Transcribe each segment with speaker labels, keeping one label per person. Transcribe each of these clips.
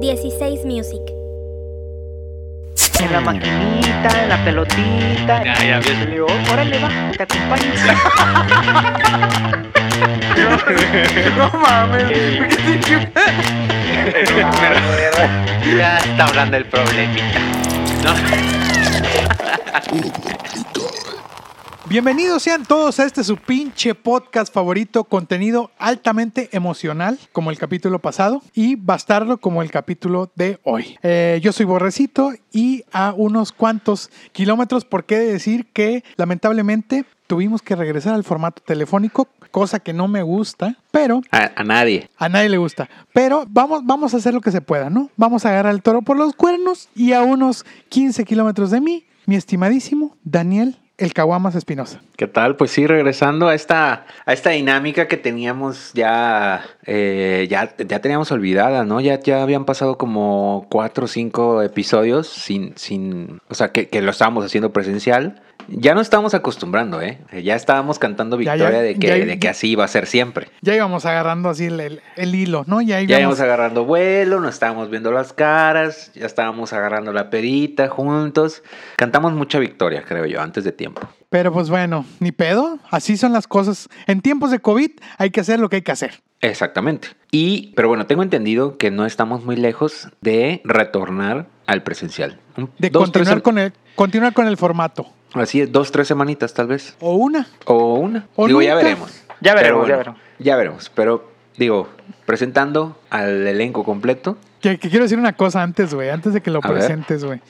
Speaker 1: 16 Music.
Speaker 2: En la maquinita, en la pelotita.
Speaker 3: Ya, ya, ves.
Speaker 2: Le digo, órale, va, te acompaño. no, no mames.
Speaker 3: Ya está hablando el problemita.
Speaker 4: Bienvenidos sean todos a este su pinche podcast favorito, contenido altamente emocional, como el capítulo pasado, y bastardo como el capítulo de hoy. Eh, yo soy Borrecito y a unos cuantos kilómetros, por qué decir que lamentablemente tuvimos que regresar al formato telefónico, cosa que no me gusta, pero
Speaker 5: A, a nadie.
Speaker 4: a nadie le gusta. Pero vamos, vamos a hacer lo que se pueda, ¿no? Vamos a agarrar al toro por los cuernos y a unos 15 kilómetros de mí, mi estimadísimo Daniel El Caguamas Espinosa.
Speaker 5: ¿Qué tal? Pues sí, regresando a esta, a esta dinámica que teníamos ya, eh, ya, ya teníamos olvidada, ¿no? Ya, ya habían pasado como cuatro o cinco episodios sin, sin, o sea, que, que lo estábamos haciendo presencial. Ya no estábamos acostumbrando, ¿eh? Ya estábamos cantando
Speaker 4: Ya, ya,
Speaker 5: victoria de, que,
Speaker 4: ya-
Speaker 5: de que así iba a ser siempre.
Speaker 4: Ya íbamos agarrando así el, el- el hilo, ¿no? Ya íbamos,
Speaker 5: Ya íbamos agarrando vuelo, nos estábamos viendo las caras, ya estábamos agarrando la perita juntos. Cantamos mucha victoria, creo yo, antes de tiempo.
Speaker 4: Pero pues bueno, ni pedo. Así son las cosas. En tiempos de COVID hay que hacer lo que hay que hacer.
Speaker 5: Exactamente. Y, pero bueno, tengo entendido que no estamos muy lejos de retornar al presencial. Un-
Speaker 4: De
Speaker 5: dos, tres
Speaker 4: continuar,
Speaker 5: sem-
Speaker 4: con el, continuar con el formato.
Speaker 5: Así es, dos, tres semanitas tal vez.
Speaker 4: O una.
Speaker 5: O una.
Speaker 4: O
Speaker 5: digo, ya
Speaker 4: nunca.
Speaker 5: veremos.
Speaker 2: Ya veremos,
Speaker 5: Pero
Speaker 2: ya veremos.
Speaker 5: Ya veremos, pero digo, presentando al elenco completo.
Speaker 4: Que, que quiero decir una cosa antes, güey, antes de que lo
Speaker 5: A ver.
Speaker 4: presentes, güey.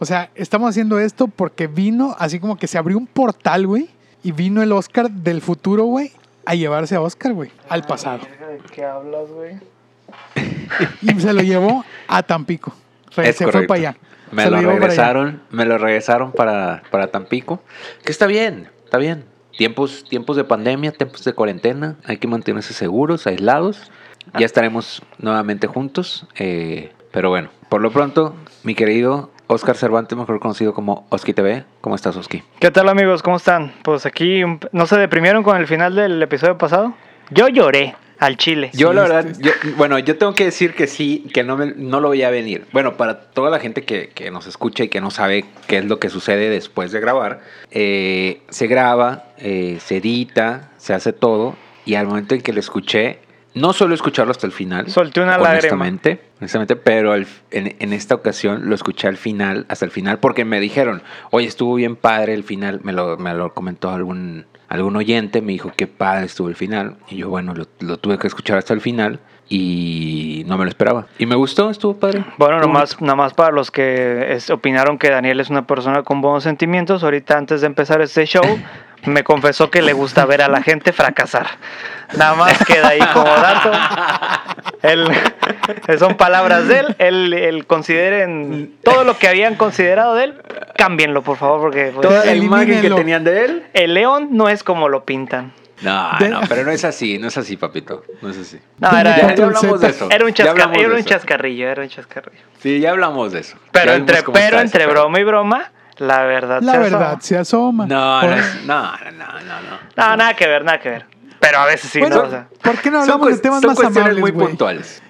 Speaker 4: O sea, estamos haciendo esto porque vino, así como que se abrió un portal, güey, y vino el Oscar del futuro, güey, a llevarse a Oscar, güey, al
Speaker 5: Ah.
Speaker 4: pasado.
Speaker 2: ¿De qué hablas, güey?
Speaker 4: Y se lo llevó a Tampico. Re-
Speaker 5: es
Speaker 4: se fue
Speaker 5: correcto.
Speaker 4: para allá.
Speaker 5: Me
Speaker 4: Se
Speaker 5: lo,
Speaker 4: llevó para allá.
Speaker 5: regresaron, me lo regresaron para, para Tampico. Que está bien, está bien. Tiempos, tiempos de pandemia, tiempos de cuarentena, hay que mantenerse seguros, aislados.
Speaker 4: Ah.
Speaker 5: Ya estaremos nuevamente juntos. eh, pero bueno, por lo pronto, mi querido Oscar Cervantes, mejor conocido como Oski TV, ¿cómo estás, Oski?
Speaker 2: ¿Qué tal, amigos? ¿Cómo están? Pues aquí, un- ¿no se deprimieron con el final del episodio pasado? Yo lloré al chile.
Speaker 5: Yo
Speaker 4: Sí,
Speaker 5: la
Speaker 4: este-
Speaker 5: verdad, yo- bueno, yo tengo que decir que sí, que no, me- no lo veía venir. Bueno, para toda la gente que, que nos escucha y que no sabe qué es lo que sucede después de grabar, eh, se graba, eh, se edita, se hace todo y al momento en que lo escuché, no suelo escucharlo hasta el final.
Speaker 2: Solté una lágrima.
Speaker 5: honestamente, honestamente, pero al- en, en esta ocasión lo escuché al final, hasta el final, porque me dijeron, oye, estuvo bien padre el final, me lo, me lo comentó algún, algún oyente, me dijo, qué padre estuvo el final, y yo, bueno, lo, lo tuve que escuchar hasta el final y no me lo esperaba. Y me gustó, estuvo padre.
Speaker 2: Bueno, nomás, nomás para los que es- opinaron que Daniel es una persona con buenos sentimientos, ahorita antes de empezar este show me confesó que le gusta ver a la gente fracasar. Nada más queda ahí como dato. Él- son palabras de él. Él, él consideren todo lo que habían considerado de él, cámbienlo por favor, porque pues,
Speaker 5: Toda la
Speaker 2: el,
Speaker 5: imagen que
Speaker 4: elimínenlo.
Speaker 5: tenían de él.
Speaker 2: el león no es como lo pintan.
Speaker 5: No,
Speaker 4: De-
Speaker 5: no, pero no es así, no es así, papito, no es así.
Speaker 2: No,
Speaker 4: Dime
Speaker 2: era,
Speaker 5: Ya,
Speaker 4: cuánto
Speaker 2: era-
Speaker 5: ya hablamos de eso.
Speaker 2: era un,
Speaker 5: ya
Speaker 2: chasca-
Speaker 5: hablamos
Speaker 2: era
Speaker 5: de
Speaker 2: un
Speaker 5: eso.
Speaker 2: chascarrillo, era un chascarrillo.
Speaker 5: Sí, ya hablamos de eso.
Speaker 2: Pero
Speaker 5: Ya
Speaker 2: entre,
Speaker 5: vimos cómo está
Speaker 2: pero
Speaker 5: ese
Speaker 2: entre
Speaker 5: pedo.
Speaker 2: broma y broma, la verdad
Speaker 4: La
Speaker 2: se
Speaker 4: verdad,
Speaker 2: asoma.
Speaker 4: se asoma.
Speaker 5: No,
Speaker 4: Por-
Speaker 5: no, es- no, no, no, no, no.
Speaker 2: No, nada que ver, nada que ver. Pero a veces sí,
Speaker 4: Bueno,
Speaker 2: ¿no? O sea,
Speaker 4: ¿por qué no
Speaker 5: Son
Speaker 4: hablamos de
Speaker 5: cues-
Speaker 4: temas
Speaker 5: son
Speaker 4: más
Speaker 5: cuestiones
Speaker 4: amables,
Speaker 5: muy
Speaker 4: güey?
Speaker 5: puntuales.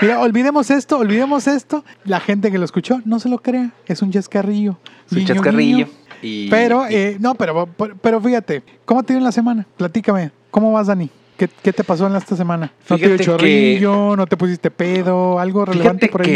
Speaker 4: Mira, olvidemos esto, olvidemos esto. La gente que lo escuchó, no se lo crea, es un chascarrillo.
Speaker 5: Es un
Speaker 4: Guiño,
Speaker 5: chascarrillo.
Speaker 4: guiño.
Speaker 5: Y-
Speaker 4: Pero,
Speaker 5: y-
Speaker 4: eh, no, pero, pero, pero fíjate, ¿cómo te dio en la semana? Platícame, ¿cómo vas, Dani? ¿Qué, qué te pasó en la- esta semana? ¿No te dio
Speaker 5: Fíjate que-
Speaker 4: chorrillo? ¿No te pusiste pedo? ¿Algo relevante
Speaker 5: Fíjate
Speaker 4: por ahí?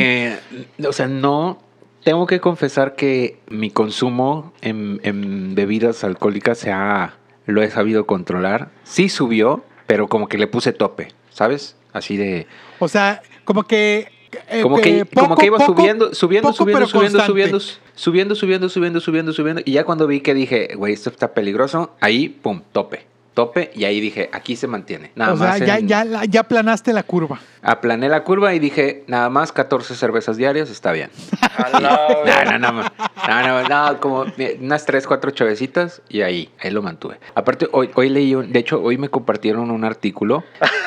Speaker 5: que, o sea, no. Tengo que confesar que mi consumo en, en bebidas alcohólicas se ha, lo he sabido controlar. Sí subió, pero como que le puse tope, ¿sabes? Así de.
Speaker 4: O sea, como que... eh,
Speaker 5: Como que,
Speaker 4: eh, poco,
Speaker 5: como que iba
Speaker 4: poco,
Speaker 5: subiendo, subiendo,
Speaker 4: poco,
Speaker 5: subiendo,
Speaker 4: pero
Speaker 5: subiendo,
Speaker 4: constante.
Speaker 5: subiendo, subiendo, subiendo, subiendo, subiendo, subiendo. Y ya cuando vi que dije, güey, esto está peligroso, ahí, pum, tope, tope. Y ahí dije, aquí se mantiene. Nada
Speaker 4: o sea,
Speaker 5: más.
Speaker 4: ya,
Speaker 5: en-
Speaker 4: ya, la- ya planaste la curva.
Speaker 5: Aplané la curva y dije, nada más 14 cervezas diarias, está bien. No, no, no, no, no, no, no, como eh, unas 3, 4 chavecitas y ahí, ahí lo mantuve. Aparte, hoy, hoy leí, un- de hecho, hoy me compartieron un artículo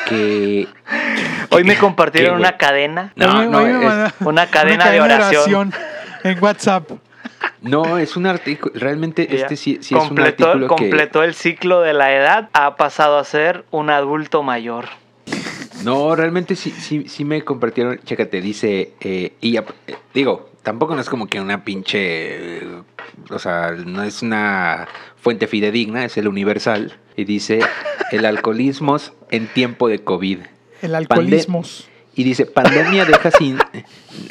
Speaker 5: que...
Speaker 2: hoy me compartieron
Speaker 5: ¿Qué,
Speaker 2: una
Speaker 5: güey?
Speaker 2: cadena,
Speaker 5: No,
Speaker 4: Oye,
Speaker 5: no,
Speaker 4: oye,
Speaker 5: es-
Speaker 4: mana,
Speaker 2: una cadena de oración.
Speaker 4: en WhatsApp.
Speaker 5: no, es un artículo, realmente
Speaker 2: Ella
Speaker 5: este sí, sí es un
Speaker 2: completó,
Speaker 5: artículo que...
Speaker 2: completó el ciclo de la edad, ha pasado a ser un adulto mayor.
Speaker 5: No, realmente sí, sí, sí me compartieron. Chécate, dice. eh, y ap- eh, digo, tampoco no es como que una pinche. eh, o sea, no es una fuente fidedigna, es el universal. Y dice: el alcoholismo en tiempo de COVID.
Speaker 4: El alcoholismo.
Speaker 5: Y dice: pandemia deja sin.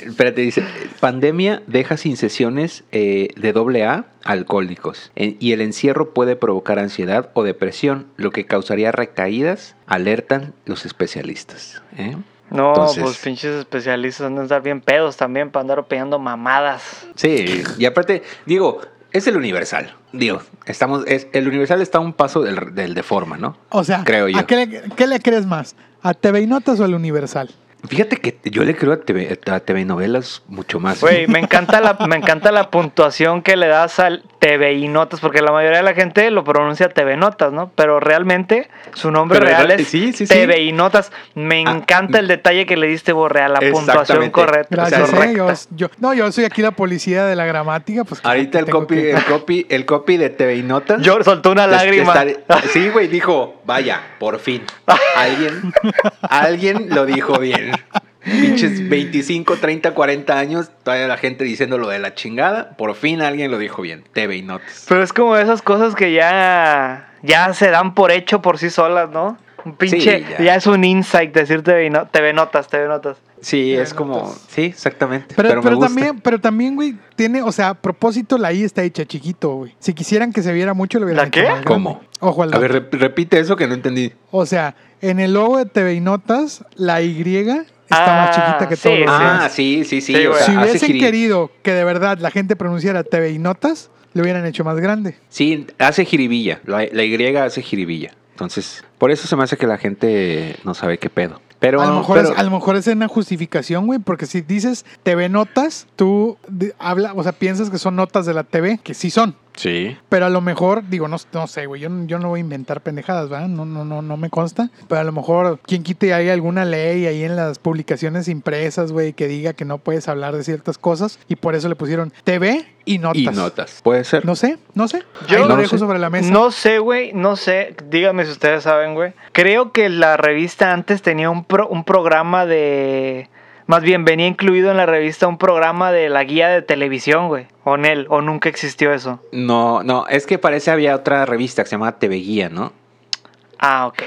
Speaker 5: Espérate, dice: pandemia deja sin sesiones eh, de doble A alcohólicos. En- y el encierro puede provocar ansiedad o depresión, lo que causaría recaídas, alertan los especialistas. ¿eh?
Speaker 2: No,
Speaker 5: Entonces-
Speaker 2: pues pinches especialistas van a estar bien pedos también para andar opinando mamadas.
Speaker 5: Sí, y aparte, digo, es el universal. Digo, estamos, es, el universal está a un paso del, del de forma, ¿no?
Speaker 4: O sea,
Speaker 5: creo yo.
Speaker 4: ¿a qué, le, qué le crees más? ¿A TV y Notas o al Universal?
Speaker 5: Fíjate que yo le creo a TV, a TV novelas mucho más.
Speaker 2: Güey, me encanta la, me encanta la puntuación que le das al TV y Notas, porque la mayoría de la gente lo pronuncia TV Notas, ¿no? Pero realmente su nombre
Speaker 5: Pero
Speaker 2: real
Speaker 5: real-
Speaker 2: es
Speaker 5: sí, sí, sí.
Speaker 2: TV y Notas. Me
Speaker 5: Ah,
Speaker 2: encanta el detalle que le diste, Borrea, la puntuación
Speaker 5: Exactamente.
Speaker 2: correcta.
Speaker 4: Gracias,
Speaker 5: sea,
Speaker 4: eh,
Speaker 2: correcta.
Speaker 4: yo, yo- No, yo soy aquí la policía de la gramática. Pues, claro
Speaker 5: Ahorita
Speaker 4: que
Speaker 5: el
Speaker 4: tengo
Speaker 5: copy,
Speaker 4: que-
Speaker 5: el copy, el copy de TV y Notas.
Speaker 2: Yo soltó una
Speaker 5: Des-
Speaker 2: lágrima.
Speaker 5: estar- sí, güey, dijo, vaya, por fin. Alguien, alguien lo dijo bien. Pinches 25, 30, 40 años, todavía la gente diciendo lo de la chingada. Por fin alguien lo dijo bien. TV y Notas.
Speaker 2: Pero es como esas cosas que ya, ya se dan por hecho por sí solas, ¿no? Un pinche,
Speaker 5: Sí,
Speaker 2: ya.
Speaker 5: ya.
Speaker 2: es un insight decir TV, y no- TV Notas, TV Notas.
Speaker 5: Sí,
Speaker 4: Tiene
Speaker 5: es como.
Speaker 4: notas.
Speaker 5: Sí, exactamente.
Speaker 4: Pero,
Speaker 5: Pero,
Speaker 4: pero, también, pero también, güey, tiene, o sea, a propósito, la I está hecha chiquito, güey. Si quisieran que se viera mucho, lo hubieran
Speaker 2: ¿La
Speaker 4: hecho
Speaker 2: qué?
Speaker 4: más grande.
Speaker 5: ¿Cómo?
Speaker 4: Ojo al
Speaker 5: A
Speaker 4: dato.
Speaker 5: ver, rep- repite eso que no entendí.
Speaker 4: O sea, en el logo de TV y Notas, la Y está
Speaker 2: Ah,
Speaker 4: más chiquita que
Speaker 2: sí,
Speaker 4: todos los
Speaker 2: sí.
Speaker 4: demás.
Speaker 5: Ah, sí, sí, sí.
Speaker 2: Sí,
Speaker 5: o
Speaker 2: güey.
Speaker 5: sea,
Speaker 4: Si
Speaker 5: hace
Speaker 4: hubiesen
Speaker 5: giri-
Speaker 4: querido que de verdad la gente pronunciara TV y Notas, lo hubieran hecho más grande.
Speaker 5: Sí, hace jiribilla. La, la Y hace jiribilla. Entonces, por eso se me hace que la gente no sabe qué pedo. Pero
Speaker 4: a, lo mejor
Speaker 5: pero-
Speaker 4: es, a lo mejor es una justificación, güey, porque si dices TV Notas, tú de- habla, o sea, piensas que son notas de la TV, que sí son.
Speaker 5: Sí.
Speaker 4: Pero a lo mejor, digo, no, no sé, güey, yo, no- yo no voy a inventar pendejadas, ¿verdad? No, no, no, no me consta. Pero a lo mejor, quien quite, hay alguna ley ahí en las publicaciones impresas, güey, que diga que no puedes hablar de ciertas cosas y por eso le pusieron TV y notas.
Speaker 5: Y notas. Puede ser.
Speaker 4: No sé, no sé.
Speaker 2: Yo-
Speaker 4: Ahí
Speaker 2: No
Speaker 4: lo
Speaker 5: lo
Speaker 4: dejo
Speaker 5: sé.
Speaker 4: sobre la mesa.
Speaker 2: No sé, güey, no sé. Díganme si ustedes saben, güey. Creo que la revista antes tenía un, pro- un programa de... Más bien, venía incluido en la revista un programa de la guía de televisión, güey. O en él, o nunca existió eso.
Speaker 5: No, no, es que parece había otra revista que se llamaba TV Guía, ¿no?
Speaker 2: Ah, ok.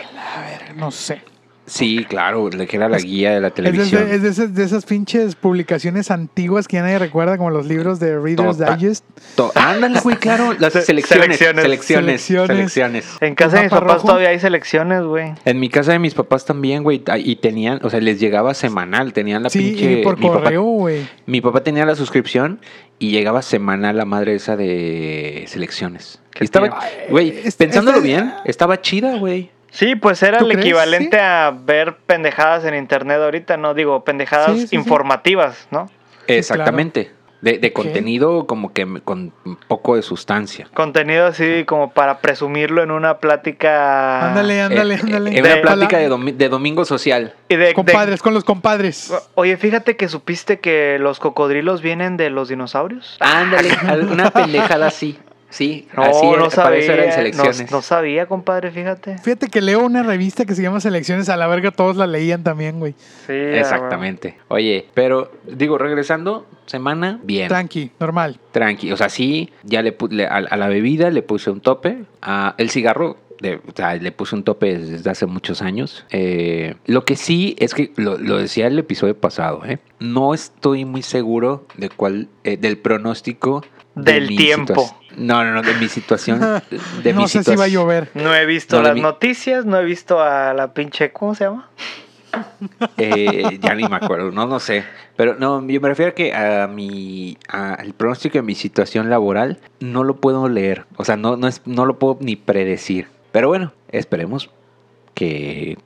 Speaker 4: No sé.
Speaker 5: Sí, claro, le que era la guía de la
Speaker 4: Es, de,
Speaker 5: televisión.
Speaker 4: es de esas, de esas pinches publicaciones antiguas que ya nadie recuerda, como los libros de Reader's
Speaker 5: Tota.
Speaker 4: Digest.
Speaker 5: To- Ándale, güey, claro, las
Speaker 2: Se-
Speaker 5: selecciones,
Speaker 2: selecciones.
Speaker 5: selecciones, selecciones,
Speaker 4: Selecciones.
Speaker 2: En casa de mis
Speaker 4: mapa
Speaker 2: papás
Speaker 4: rojo?
Speaker 2: todavía hay selecciones, güey.
Speaker 5: En mi casa de mis papás también, güey, ta- y tenían, o sea, les llegaba semanal, tenían la
Speaker 4: Sí,
Speaker 5: pinche...
Speaker 4: y por
Speaker 5: mi,
Speaker 4: correo,
Speaker 5: Papá,
Speaker 4: güey.
Speaker 5: mi papá tenía la suscripción y llegaba semanal la madre esa de selecciones.
Speaker 2: Qué
Speaker 5: Y estaba,
Speaker 2: tío.
Speaker 5: güey,
Speaker 4: Es-
Speaker 5: pensándolo
Speaker 4: esta-
Speaker 5: bien, estaba chida, güey.
Speaker 2: Sí, pues era
Speaker 4: ¿Tú
Speaker 2: el
Speaker 4: crees?
Speaker 2: equivalente a ver pendejadas en internet ahorita, ¿no? Digo, pendejadas
Speaker 4: Sí, sí, sí.
Speaker 2: informativas, ¿no?
Speaker 4: claro.
Speaker 5: Exactamente. De, de
Speaker 4: Ok.
Speaker 5: contenido como que m- con un poco de sustancia.
Speaker 2: Contenido así como para presumirlo en una plática.
Speaker 4: Ándale, ándale,
Speaker 5: Eh,
Speaker 4: ándale.
Speaker 5: eh, en una
Speaker 2: De-
Speaker 5: plática
Speaker 4: Ojalá-
Speaker 5: de, domi- de domingo social.
Speaker 2: Y de, de-
Speaker 4: Compadres, con los compadres.
Speaker 5: Ah.
Speaker 2: Oye, fíjate que supiste que los cocodrilos vienen de los dinosaurios.
Speaker 5: Ándale, al- una pendejada así. Sí,
Speaker 2: No,
Speaker 5: Ah, así era,
Speaker 2: no
Speaker 5: para eso eran
Speaker 2: sabía. No,
Speaker 5: selecciones.
Speaker 2: no sabía, compadre, fíjate.
Speaker 4: Fíjate que leo una revista que se llama Selecciones, a la verga todos la leían también, güey.
Speaker 2: Sí, ah, bueno.
Speaker 5: Exactamente. Oye, pero digo, regresando, semana, bien.
Speaker 4: Tranqui, normal.
Speaker 5: tranqui. O sea, sí, ya le, pu- le- a, a la bebida le puse un tope. A el cigarro, de- o sea, le puse un tope desde hace muchos años. Eh, lo que sí es que, lo, lo decía el episodio pasado, ¿eh? no estoy muy seguro de cuál, eh, del pronóstico. de
Speaker 2: Del
Speaker 5: mi
Speaker 2: tiempo.
Speaker 5: situa- No, no, no, de mi situación. De
Speaker 4: no
Speaker 5: mi
Speaker 4: sé si va a
Speaker 5: situa-
Speaker 4: llover.
Speaker 2: No he visto
Speaker 5: No, de
Speaker 2: las
Speaker 5: mí.
Speaker 2: noticias, no he visto a la pinche. ¿Cómo se llama?
Speaker 5: Eh, ya ni me acuerdo, no, no sé. Pero no, yo me refiero a que a mi, a- al pronóstico de mi situación laboral no lo puedo leer. O sea, no, no, es, no lo puedo ni predecir. Pero bueno, esperemos que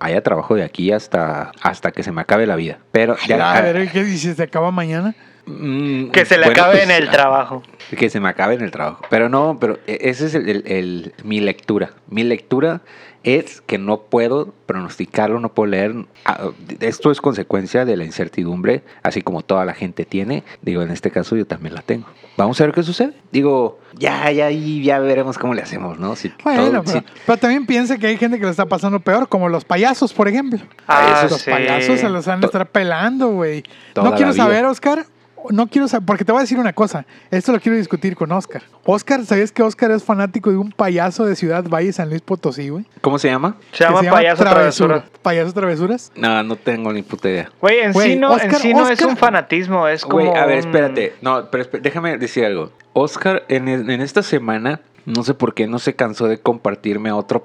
Speaker 5: haya trabajo de aquí hasta, hasta que se me acabe la vida. Pero ya, ah,
Speaker 4: a ver, ¿qué dices? ¿Se acaba mañana?
Speaker 5: Mm,
Speaker 2: Que se le
Speaker 5: bueno,
Speaker 2: acabe
Speaker 5: pues,
Speaker 2: en el
Speaker 5: ah,
Speaker 2: trabajo.
Speaker 5: Que se me acabe en el trabajo. Pero no, pero e- ese es el, el- el- mi lectura. Mi lectura es que no puedo pronosticarlo, no puedo leer. Ah, Esto es consecuencia de la incertidumbre, así como toda la gente tiene. Digo, en este caso yo también la tengo. Vamos a ver qué sucede. Digo, ya, ya, y ya veremos cómo le hacemos, ¿no? Si
Speaker 4: Bueno,
Speaker 5: todo-
Speaker 4: pero,
Speaker 5: si-
Speaker 4: pero también piensa que hay gente que lo está pasando peor, como los payasos, por ejemplo.
Speaker 2: Ah,
Speaker 4: los
Speaker 2: sí.
Speaker 4: payasos se los han
Speaker 5: To-
Speaker 4: de estar pelando, güey.
Speaker 5: Toda
Speaker 4: No
Speaker 5: la
Speaker 4: quiero
Speaker 5: vida.
Speaker 4: saber, Oscar. No quiero saber, porque te voy a decir una cosa. Esto lo quiero discutir con Oscar. Oscar, ¿sabías que Oscar es fanático de un payaso de Ciudad Valle, San Luis Potosí, güey?
Speaker 5: ¿Cómo se llama?
Speaker 2: Se
Speaker 4: Que
Speaker 2: llama payaso
Speaker 4: Travesura.
Speaker 2: travesura.
Speaker 4: ¿Payaso travesuras?
Speaker 5: No, no tengo ni puta idea.
Speaker 2: Güey, en
Speaker 4: Güey,
Speaker 2: sí no, en
Speaker 4: Oscar-
Speaker 2: sí no es
Speaker 4: Oscar-
Speaker 2: un fanatismo, es como.
Speaker 5: Güey, a ver,
Speaker 2: un-
Speaker 5: espérate. No, pero esp- déjame decir algo. Oscar, en, en esta semana, no sé por qué no se cansó de compartirme a otro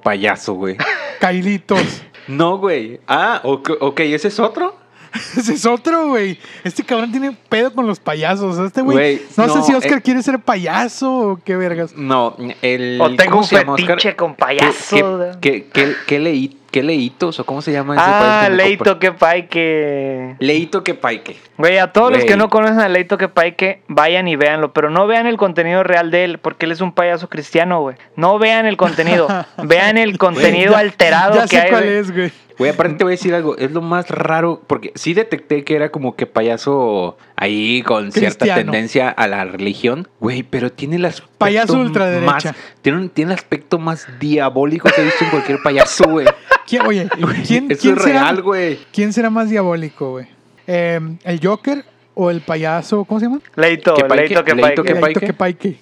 Speaker 5: payaso, güey.
Speaker 4: Cailitos.
Speaker 5: No, güey. Ah, ok, ok, ese es otro.
Speaker 4: Ese es otro, güey. Este cabrón tiene pedo con los payasos. Este güey.
Speaker 5: Güey,
Speaker 4: No, sé
Speaker 5: no,
Speaker 4: si Oscar
Speaker 5: eh.
Speaker 4: quiere ser payaso o qué vergas.
Speaker 5: No, el.
Speaker 2: O tengo
Speaker 5: ¿cómo
Speaker 2: un
Speaker 5: se llama,
Speaker 2: fetiche
Speaker 5: Oscar?
Speaker 2: con
Speaker 5: ¿Qué-
Speaker 2: payaso.
Speaker 5: ¿Qué, qué, qué, qué leí- qué leitos o cómo se llama ese payaso
Speaker 2: ah,
Speaker 5: que me
Speaker 2: Leito
Speaker 5: compré?
Speaker 2: que pay que.
Speaker 5: Leito que paique.
Speaker 2: Güey, a todos los
Speaker 5: Güey.
Speaker 2: que no conocen a Leito que pay que vayan y véanlo, pero no vean el contenido real de él, porque él es un payaso cristiano, güey. No vean el contenido, vean el contenido
Speaker 4: Ya-
Speaker 2: alterado
Speaker 4: ya
Speaker 2: que
Speaker 4: sé
Speaker 2: hay.
Speaker 4: cuál
Speaker 2: güey.
Speaker 4: es, güey.
Speaker 5: Güey, aparte te voy a decir algo, es lo más raro, porque sí detecté que era como que payaso ahí con cierta
Speaker 4: Cristiano.
Speaker 5: tendencia a la religión, güey, pero tiene el aspecto
Speaker 4: Payaso ultraderecha.
Speaker 5: más- tiene, un- tiene el aspecto más diabólico que he visto en cualquier payaso, güey.
Speaker 4: ¿Quién- oye, ¿quién,
Speaker 5: Eso
Speaker 4: quién
Speaker 5: es
Speaker 4: será,
Speaker 5: real, güey.
Speaker 4: ¿quién será más diabólico, güey? Eh, ¿El Joker o el payaso? ¿Cómo se llama?
Speaker 2: Leito,
Speaker 5: Que pay que-
Speaker 2: Leito que pay
Speaker 5: Leito
Speaker 2: que.
Speaker 5: que
Speaker 4: El
Speaker 5: pay
Speaker 4: Héctor
Speaker 5: qué?
Speaker 4: Kepaike.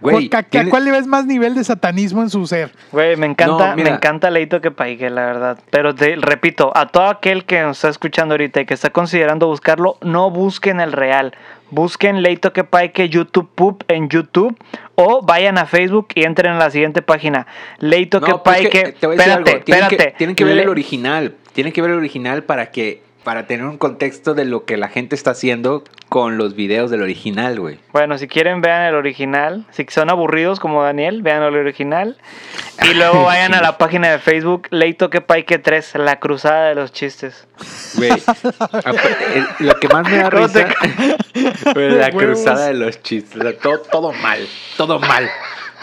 Speaker 5: Güey,
Speaker 4: ¿Cu- ¿A, a
Speaker 5: tiene-
Speaker 4: cuál le ves más nivel de satanismo en su ser?
Speaker 2: Güey, me encanta,
Speaker 5: No,
Speaker 2: me
Speaker 5: mira.
Speaker 2: encanta Leito que paigue, la verdad. Pero te repito, a todo aquel que nos está escuchando ahorita y que está considerando buscarlo, no busquen el real. Busquen Leito que paigue YouTube Poop en YouTube o vayan a Facebook y entren a la siguiente página. Leito
Speaker 5: No,
Speaker 2: que
Speaker 5: pero es
Speaker 2: paigue.
Speaker 5: que te voy a decir
Speaker 2: Espérate,
Speaker 5: algo, tienen que-
Speaker 2: espérate.
Speaker 5: tienen que ver
Speaker 2: Le-
Speaker 5: el original, tienen que ver el original para que para tener un contexto de lo que la gente está haciendo con los videos del original, güey.
Speaker 2: Bueno, si quieren, vean el original. Si son aburridos como Daniel, vean el original. Y luego vayan a la página de Facebook Leito que paigue 3, la cruzada de los chistes.
Speaker 5: Güey, ap- el- lo que más me da
Speaker 2: ¿Cómo te
Speaker 5: risa fue la
Speaker 4: Huevos.
Speaker 5: cruzada de los chistes. la- Todo, todo mal, todo mal.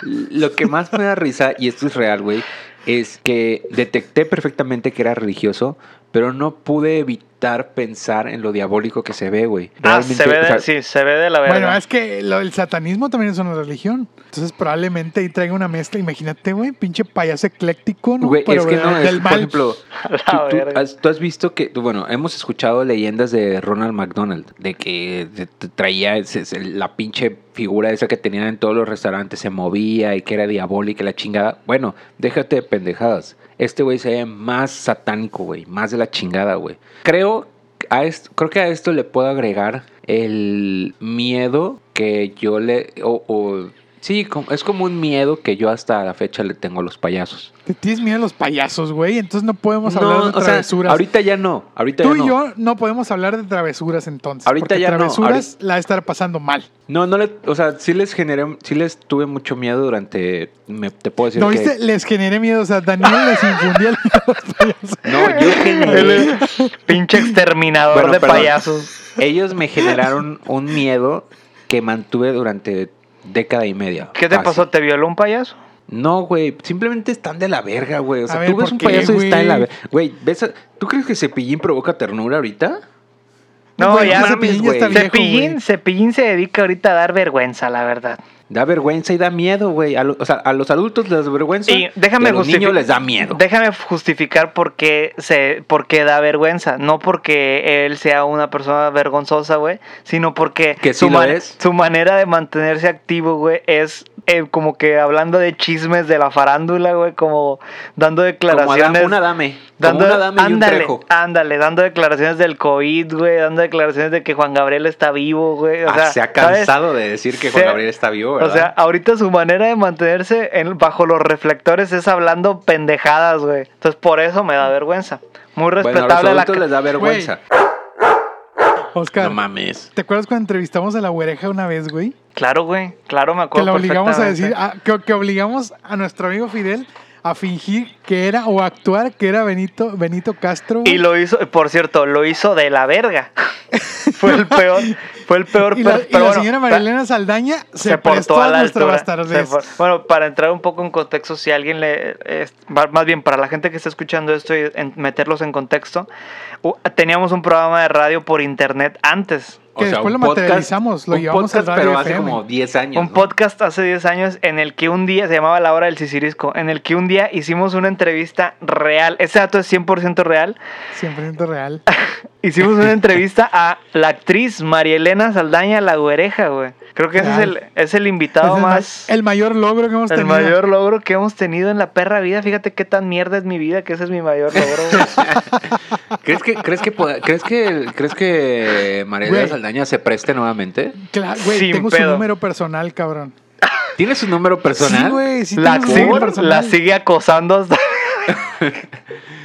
Speaker 5: Lo que más me da risa, y esto es real, güey, es que detecté perfectamente que era religioso, pero no pude evitar pensar en lo diabólico que se ve, güey.
Speaker 2: Ah,
Speaker 5: Realmente,
Speaker 2: se ve,
Speaker 5: o
Speaker 2: de,
Speaker 5: sea,
Speaker 2: sí, se ve de la verdad.
Speaker 4: Bueno, es que lo- el satanismo también es una religión. Entonces probablemente ahí traiga una mezcla. Imagínate, güey, pinche payaso ecléctico, ¿no?
Speaker 5: Güey,
Speaker 4: Pero,
Speaker 5: es que
Speaker 4: güey,
Speaker 5: no, es,
Speaker 4: del
Speaker 5: por
Speaker 4: mal.
Speaker 5: ejemplo, tú,
Speaker 2: la
Speaker 5: tú
Speaker 2: verga.
Speaker 5: has, tú has visto que, tú- bueno, hemos escuchado leyendas de Ronald McDonald, de que se- te traía ese- ese- la pinche figura esa que tenían en todos los restaurantes, se movía y que era diabólica y la chingada. Bueno, déjate de pendejadas. Este güey se ve más satánico, güey, más de la chingada, güey. Creo, a esto, creo que a esto le puedo agregar el miedo que yo le... o- o- sí, como- es como un miedo que yo hasta la fecha le tengo a los payasos.
Speaker 4: Te tienes miedo a los payasos, güey. Entonces no podemos
Speaker 5: No,
Speaker 4: hablar de
Speaker 5: o sea,
Speaker 4: travesuras.
Speaker 5: ahorita ya no. Ahorita
Speaker 4: Tú
Speaker 5: ya
Speaker 4: y
Speaker 5: no.
Speaker 4: yo no podemos hablar de travesuras entonces.
Speaker 5: Ahorita
Speaker 4: porque
Speaker 5: ya no,
Speaker 4: travesuras la va a estar pasando mal.
Speaker 5: No, no le. O sea, sí les generé. Sí les tuve mucho miedo durante. Me, te puedo decir
Speaker 4: ¿No
Speaker 5: que.
Speaker 4: viste? Les generé miedo. O sea, Daniel les infundía el miedo a los payasos.
Speaker 5: No, yo generé.
Speaker 2: Pinche exterminador
Speaker 5: Bueno,
Speaker 2: de
Speaker 5: perdón.
Speaker 2: payasos.
Speaker 5: ellos me generaron un miedo que mantuve durante década y media.
Speaker 2: ¿Qué te
Speaker 5: Fácil.
Speaker 2: pasó? ¿Te violó un payaso?
Speaker 5: No, güey. Simplemente están de la verga, güey. O
Speaker 4: A
Speaker 5: sea,
Speaker 4: ver,
Speaker 5: tú
Speaker 4: ¿por
Speaker 5: ves un
Speaker 4: qué,
Speaker 5: payaso y está en la
Speaker 4: güey?
Speaker 5: verga. Güey, ¿ves a- ¿tú crees que Cepillín provoca ternura ahorita?
Speaker 2: No,
Speaker 4: Güey,
Speaker 2: ya.
Speaker 4: Cepillín
Speaker 5: Mames,
Speaker 4: está
Speaker 5: güey.
Speaker 4: viejo, güey.
Speaker 2: Cepillín, Cepillín se dedica ahorita a dar vergüenza, la verdad.
Speaker 5: Da vergüenza y da miedo, güey. A lo- o sea, a los adultos les da vergüenza.
Speaker 2: Y déjame
Speaker 5: y a los
Speaker 2: justificar.
Speaker 5: niños les da miedo.
Speaker 2: Déjame justificar por qué, se, por qué da vergüenza. No porque él sea una persona vergonzosa, güey, sino porque
Speaker 5: Que sí
Speaker 2: su,
Speaker 5: lo es.
Speaker 2: su manera de mantenerse activo, güey, es eh, como que hablando de chismes de la farándula, güey, como dando
Speaker 5: Como
Speaker 2: declaraciones.
Speaker 5: Adame, una dame. Como una dame y un
Speaker 2: ándale,
Speaker 5: trejo.
Speaker 2: ándale, dando declaraciones del COVID, güey, dando declaraciones de que Juan Gabriel está vivo, güey. O
Speaker 5: Ah,
Speaker 2: sea,
Speaker 5: se ha
Speaker 2: ¿sabes?
Speaker 5: cansado de decir que Juan
Speaker 2: Se-
Speaker 5: Gabriel está vivo,
Speaker 2: O
Speaker 5: ¿verdad?
Speaker 2: sea, ahorita su manera de mantenerse en- bajo los reflectores es hablando pendejadas, güey. Entonces, por eso me da vergüenza. Muy
Speaker 5: bueno, a
Speaker 2: respetable
Speaker 5: los
Speaker 2: la...
Speaker 5: adultos
Speaker 2: ca-
Speaker 5: les da vergüenza.
Speaker 4: Oscar,
Speaker 5: No mames.
Speaker 4: ¿te acuerdas cuando entrevistamos a la oreja una vez, güey?
Speaker 2: Claro, güey. Claro, me
Speaker 4: Que
Speaker 2: acuerdo
Speaker 4: la obligamos a decir, "Ah,
Speaker 2: perfectamente.
Speaker 4: a- que, que obligamos a nuestro amigo Fidel a fingir que era o a actuar que era Benito, Benito Castro. güey.
Speaker 2: Y lo hizo, por cierto, lo hizo de la verga. fue el peor, fue el peor.
Speaker 4: Y la,
Speaker 2: pero-
Speaker 4: y
Speaker 2: pero
Speaker 4: la
Speaker 2: bueno,
Speaker 4: señora
Speaker 2: pa-
Speaker 4: Marilena Saldaña se,
Speaker 2: se
Speaker 4: prestó
Speaker 2: portó a
Speaker 4: a
Speaker 2: la
Speaker 4: nuestra
Speaker 2: altura.
Speaker 4: bastardez.
Speaker 2: se por- bueno, para entrar un poco en contexto, si alguien le. es- va- más bien, para la gente que está escuchando esto y en- meterlos en contexto, u- teníamos un programa de radio por internet antes.
Speaker 4: Que después lo materializamos, lo
Speaker 5: un
Speaker 4: llevamos al
Speaker 5: podcast,
Speaker 4: Radio
Speaker 5: pero hace
Speaker 4: FM.
Speaker 5: como 10 años.
Speaker 2: Un
Speaker 5: ¿no?
Speaker 2: podcast hace 10 años en el que un día, se llamaba La Hora del Sisirisco, en el que un día hicimos una entrevista real. Ese dato es 100% real.
Speaker 4: 100% real.
Speaker 2: Hicimos una entrevista a la actriz María Elena Saldaña La Güereja, güey. Creo que ese es el,
Speaker 4: Real.
Speaker 2: es el
Speaker 4: Ese
Speaker 2: invitado
Speaker 4: es el ma-
Speaker 2: más.
Speaker 4: el mayor logro que hemos
Speaker 2: El
Speaker 4: tenido.
Speaker 2: mayor logro que hemos tenido en la perra vida. Fíjate qué tan mierda es mi vida que ese es mi mayor logro. güey.
Speaker 5: ¿Crees que, crees que, pueda- crees que, crees que Mariela
Speaker 4: Güey.
Speaker 5: Saldaña se preste nuevamente?
Speaker 4: Claro, güey,
Speaker 2: Sin
Speaker 4: tengo su
Speaker 2: pedo.
Speaker 4: número personal, cabrón.
Speaker 5: ¿Tiene su número
Speaker 4: Sí,
Speaker 5: personal?
Speaker 4: güey, sí
Speaker 2: la,
Speaker 4: tengo su número
Speaker 2: sigue,
Speaker 4: personal.
Speaker 2: la sigue acosando hasta...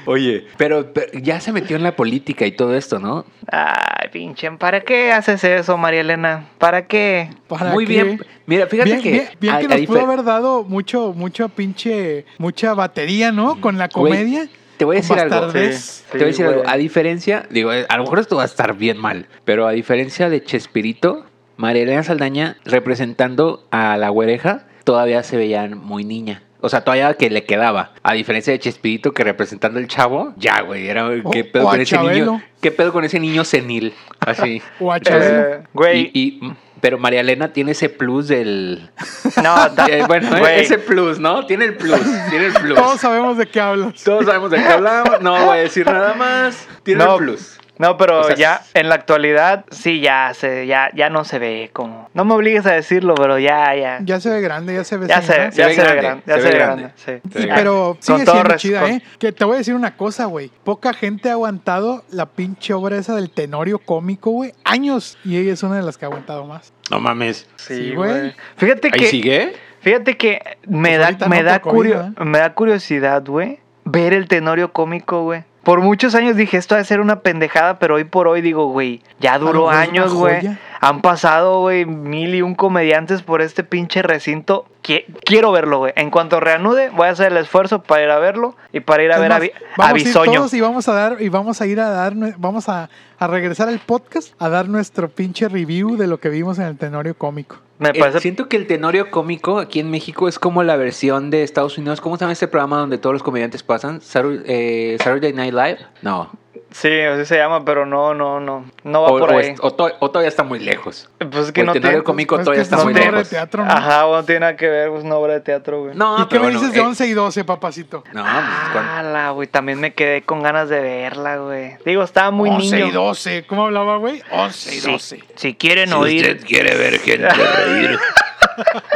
Speaker 5: Oye, pero, pero ya se metió en la política y todo esto, ¿no?
Speaker 2: Ay, pinche, ¿para qué haces eso, María Elena? ¿Para qué?
Speaker 4: ¿Para
Speaker 5: Muy
Speaker 4: qué?
Speaker 5: bien. Mira, fíjate
Speaker 4: bien,
Speaker 5: que.
Speaker 4: bien, bien
Speaker 5: a-
Speaker 4: que
Speaker 5: a
Speaker 4: nos
Speaker 5: difer-
Speaker 4: pudo haber dado mucho, mucha pinche, mucha batería, ¿no? Con la
Speaker 5: Mm, Güey,
Speaker 4: comedia.
Speaker 5: Te voy a
Speaker 4: con
Speaker 5: decir algo.
Speaker 4: bastardez.
Speaker 5: Te voy a decir algo. A diferencia, digo, eh, a lo mejor esto va a estar bien mal, pero a diferencia de Chespirito, María Elena Saldaña representando a la güereja todavía se veían muy niña. O sea, todavía que le quedaba. A diferencia de Chespirito, que representando al chavo, ya, güey, era
Speaker 4: O-
Speaker 5: qué pedo
Speaker 4: Oh, o a
Speaker 5: con ese
Speaker 4: Chabelo.
Speaker 5: niño. ¿Qué pedo con ese niño senil? Así.
Speaker 4: O a
Speaker 5: Eh,
Speaker 4: Chabelo.
Speaker 2: Eh, Güey,
Speaker 5: y- y- pero María Elena tiene ese plus del.
Speaker 2: no, ta-
Speaker 5: eh, bueno,
Speaker 2: güey,
Speaker 5: ese plus, ¿no? Tiene el plus. Tiene el plus.
Speaker 4: Todos sabemos de qué hablas.
Speaker 5: Todos sabemos de qué hablamos. No voy a decir nada más. Tiene
Speaker 2: No.
Speaker 5: el plus.
Speaker 2: No, pero
Speaker 5: O sea,
Speaker 2: ya en la actualidad sí ya se ya ya no se ve como. No me obligues a decirlo, pero ya ya
Speaker 4: Ya se ve grande, ya se ve.
Speaker 2: ya
Speaker 4: señora.
Speaker 2: se,
Speaker 5: Se
Speaker 2: ya
Speaker 5: ve
Speaker 2: se ve
Speaker 5: grande,
Speaker 2: grande, ya se ve grande, sí.
Speaker 5: Se ve
Speaker 2: Ya.
Speaker 4: Pero
Speaker 2: Con
Speaker 4: sigue
Speaker 2: todo
Speaker 4: siendo
Speaker 2: res-
Speaker 4: chida,
Speaker 2: con-
Speaker 4: ¿eh? Que te voy a decir una cosa, güey. Poca gente ha aguantado la pinche obra esa del tenorio cómico, güey. Años. Y ella es una de las que ha aguantado más.
Speaker 5: No mames.
Speaker 4: Sí, güey.
Speaker 2: Fíjate
Speaker 5: ¿Ahí
Speaker 2: que
Speaker 5: sigue?
Speaker 2: Fíjate que me
Speaker 4: Pues
Speaker 2: da,
Speaker 4: ahorita
Speaker 2: me,
Speaker 4: no
Speaker 2: da
Speaker 4: por COVID,
Speaker 2: curio- me da curiosidad, güey, ver el tenorio cómico, güey. Por muchos años dije, esto debe ser una pendejada, pero hoy por hoy digo, güey, ya
Speaker 4: lo
Speaker 2: duró
Speaker 4: mejor es una
Speaker 2: años, güey.
Speaker 4: joya.
Speaker 2: Han pasado, güey, mil y un comediantes por este pinche recinto. Qui- quiero verlo, güey. En cuanto reanude, voy a hacer el esfuerzo para ir a verlo y para ir a
Speaker 4: Es
Speaker 2: ver
Speaker 4: más,
Speaker 2: a, Vi- a
Speaker 4: vamos a ir
Speaker 2: Bisoño.
Speaker 4: todos y vamos a dar y vamos a ir a dar nue- vamos a, a regresar al podcast a dar nuestro pinche review de lo que vimos en el tenorio cómico.
Speaker 2: Me
Speaker 5: Eh,
Speaker 2: parece...
Speaker 5: siento que el tenorio cómico aquí en México es como la versión de Estados Unidos. ¿Cómo se llama este programa donde todos los comediantes pasan? Satur- eh, Saturday Night Live. No.
Speaker 2: Sí, así se llama, pero no, no, no. No va
Speaker 5: O,
Speaker 2: por
Speaker 5: o
Speaker 2: ahí.
Speaker 5: es- o to- o todavía está muy lejos.
Speaker 2: pues es que
Speaker 5: o el
Speaker 2: no
Speaker 5: tenorio
Speaker 2: tiene...
Speaker 5: cómico
Speaker 4: Pues
Speaker 5: todavía
Speaker 4: que
Speaker 5: está
Speaker 4: es
Speaker 5: muy
Speaker 4: una obra
Speaker 5: lejos.
Speaker 4: de teatro, ¿no?
Speaker 2: Ajá, bueno, tiene nada que ver, es una obra de teatro, güey.
Speaker 5: No,
Speaker 4: ¿Y qué
Speaker 5: pero
Speaker 4: me
Speaker 5: bueno,
Speaker 4: dices de
Speaker 5: eh,
Speaker 4: 11 y 12, papacito?
Speaker 5: No, pues, cuan-
Speaker 2: Ala, güey, también me quedé con ganas de verla, güey. Digo, estaba
Speaker 5: Oh,
Speaker 2: muy
Speaker 4: 11
Speaker 2: niño.
Speaker 4: y 12, ¿cómo hablaba, güey? 11 y
Speaker 2: Si-
Speaker 4: 12.
Speaker 2: Si quieren oír.
Speaker 1: Usted quiere ver gente reír.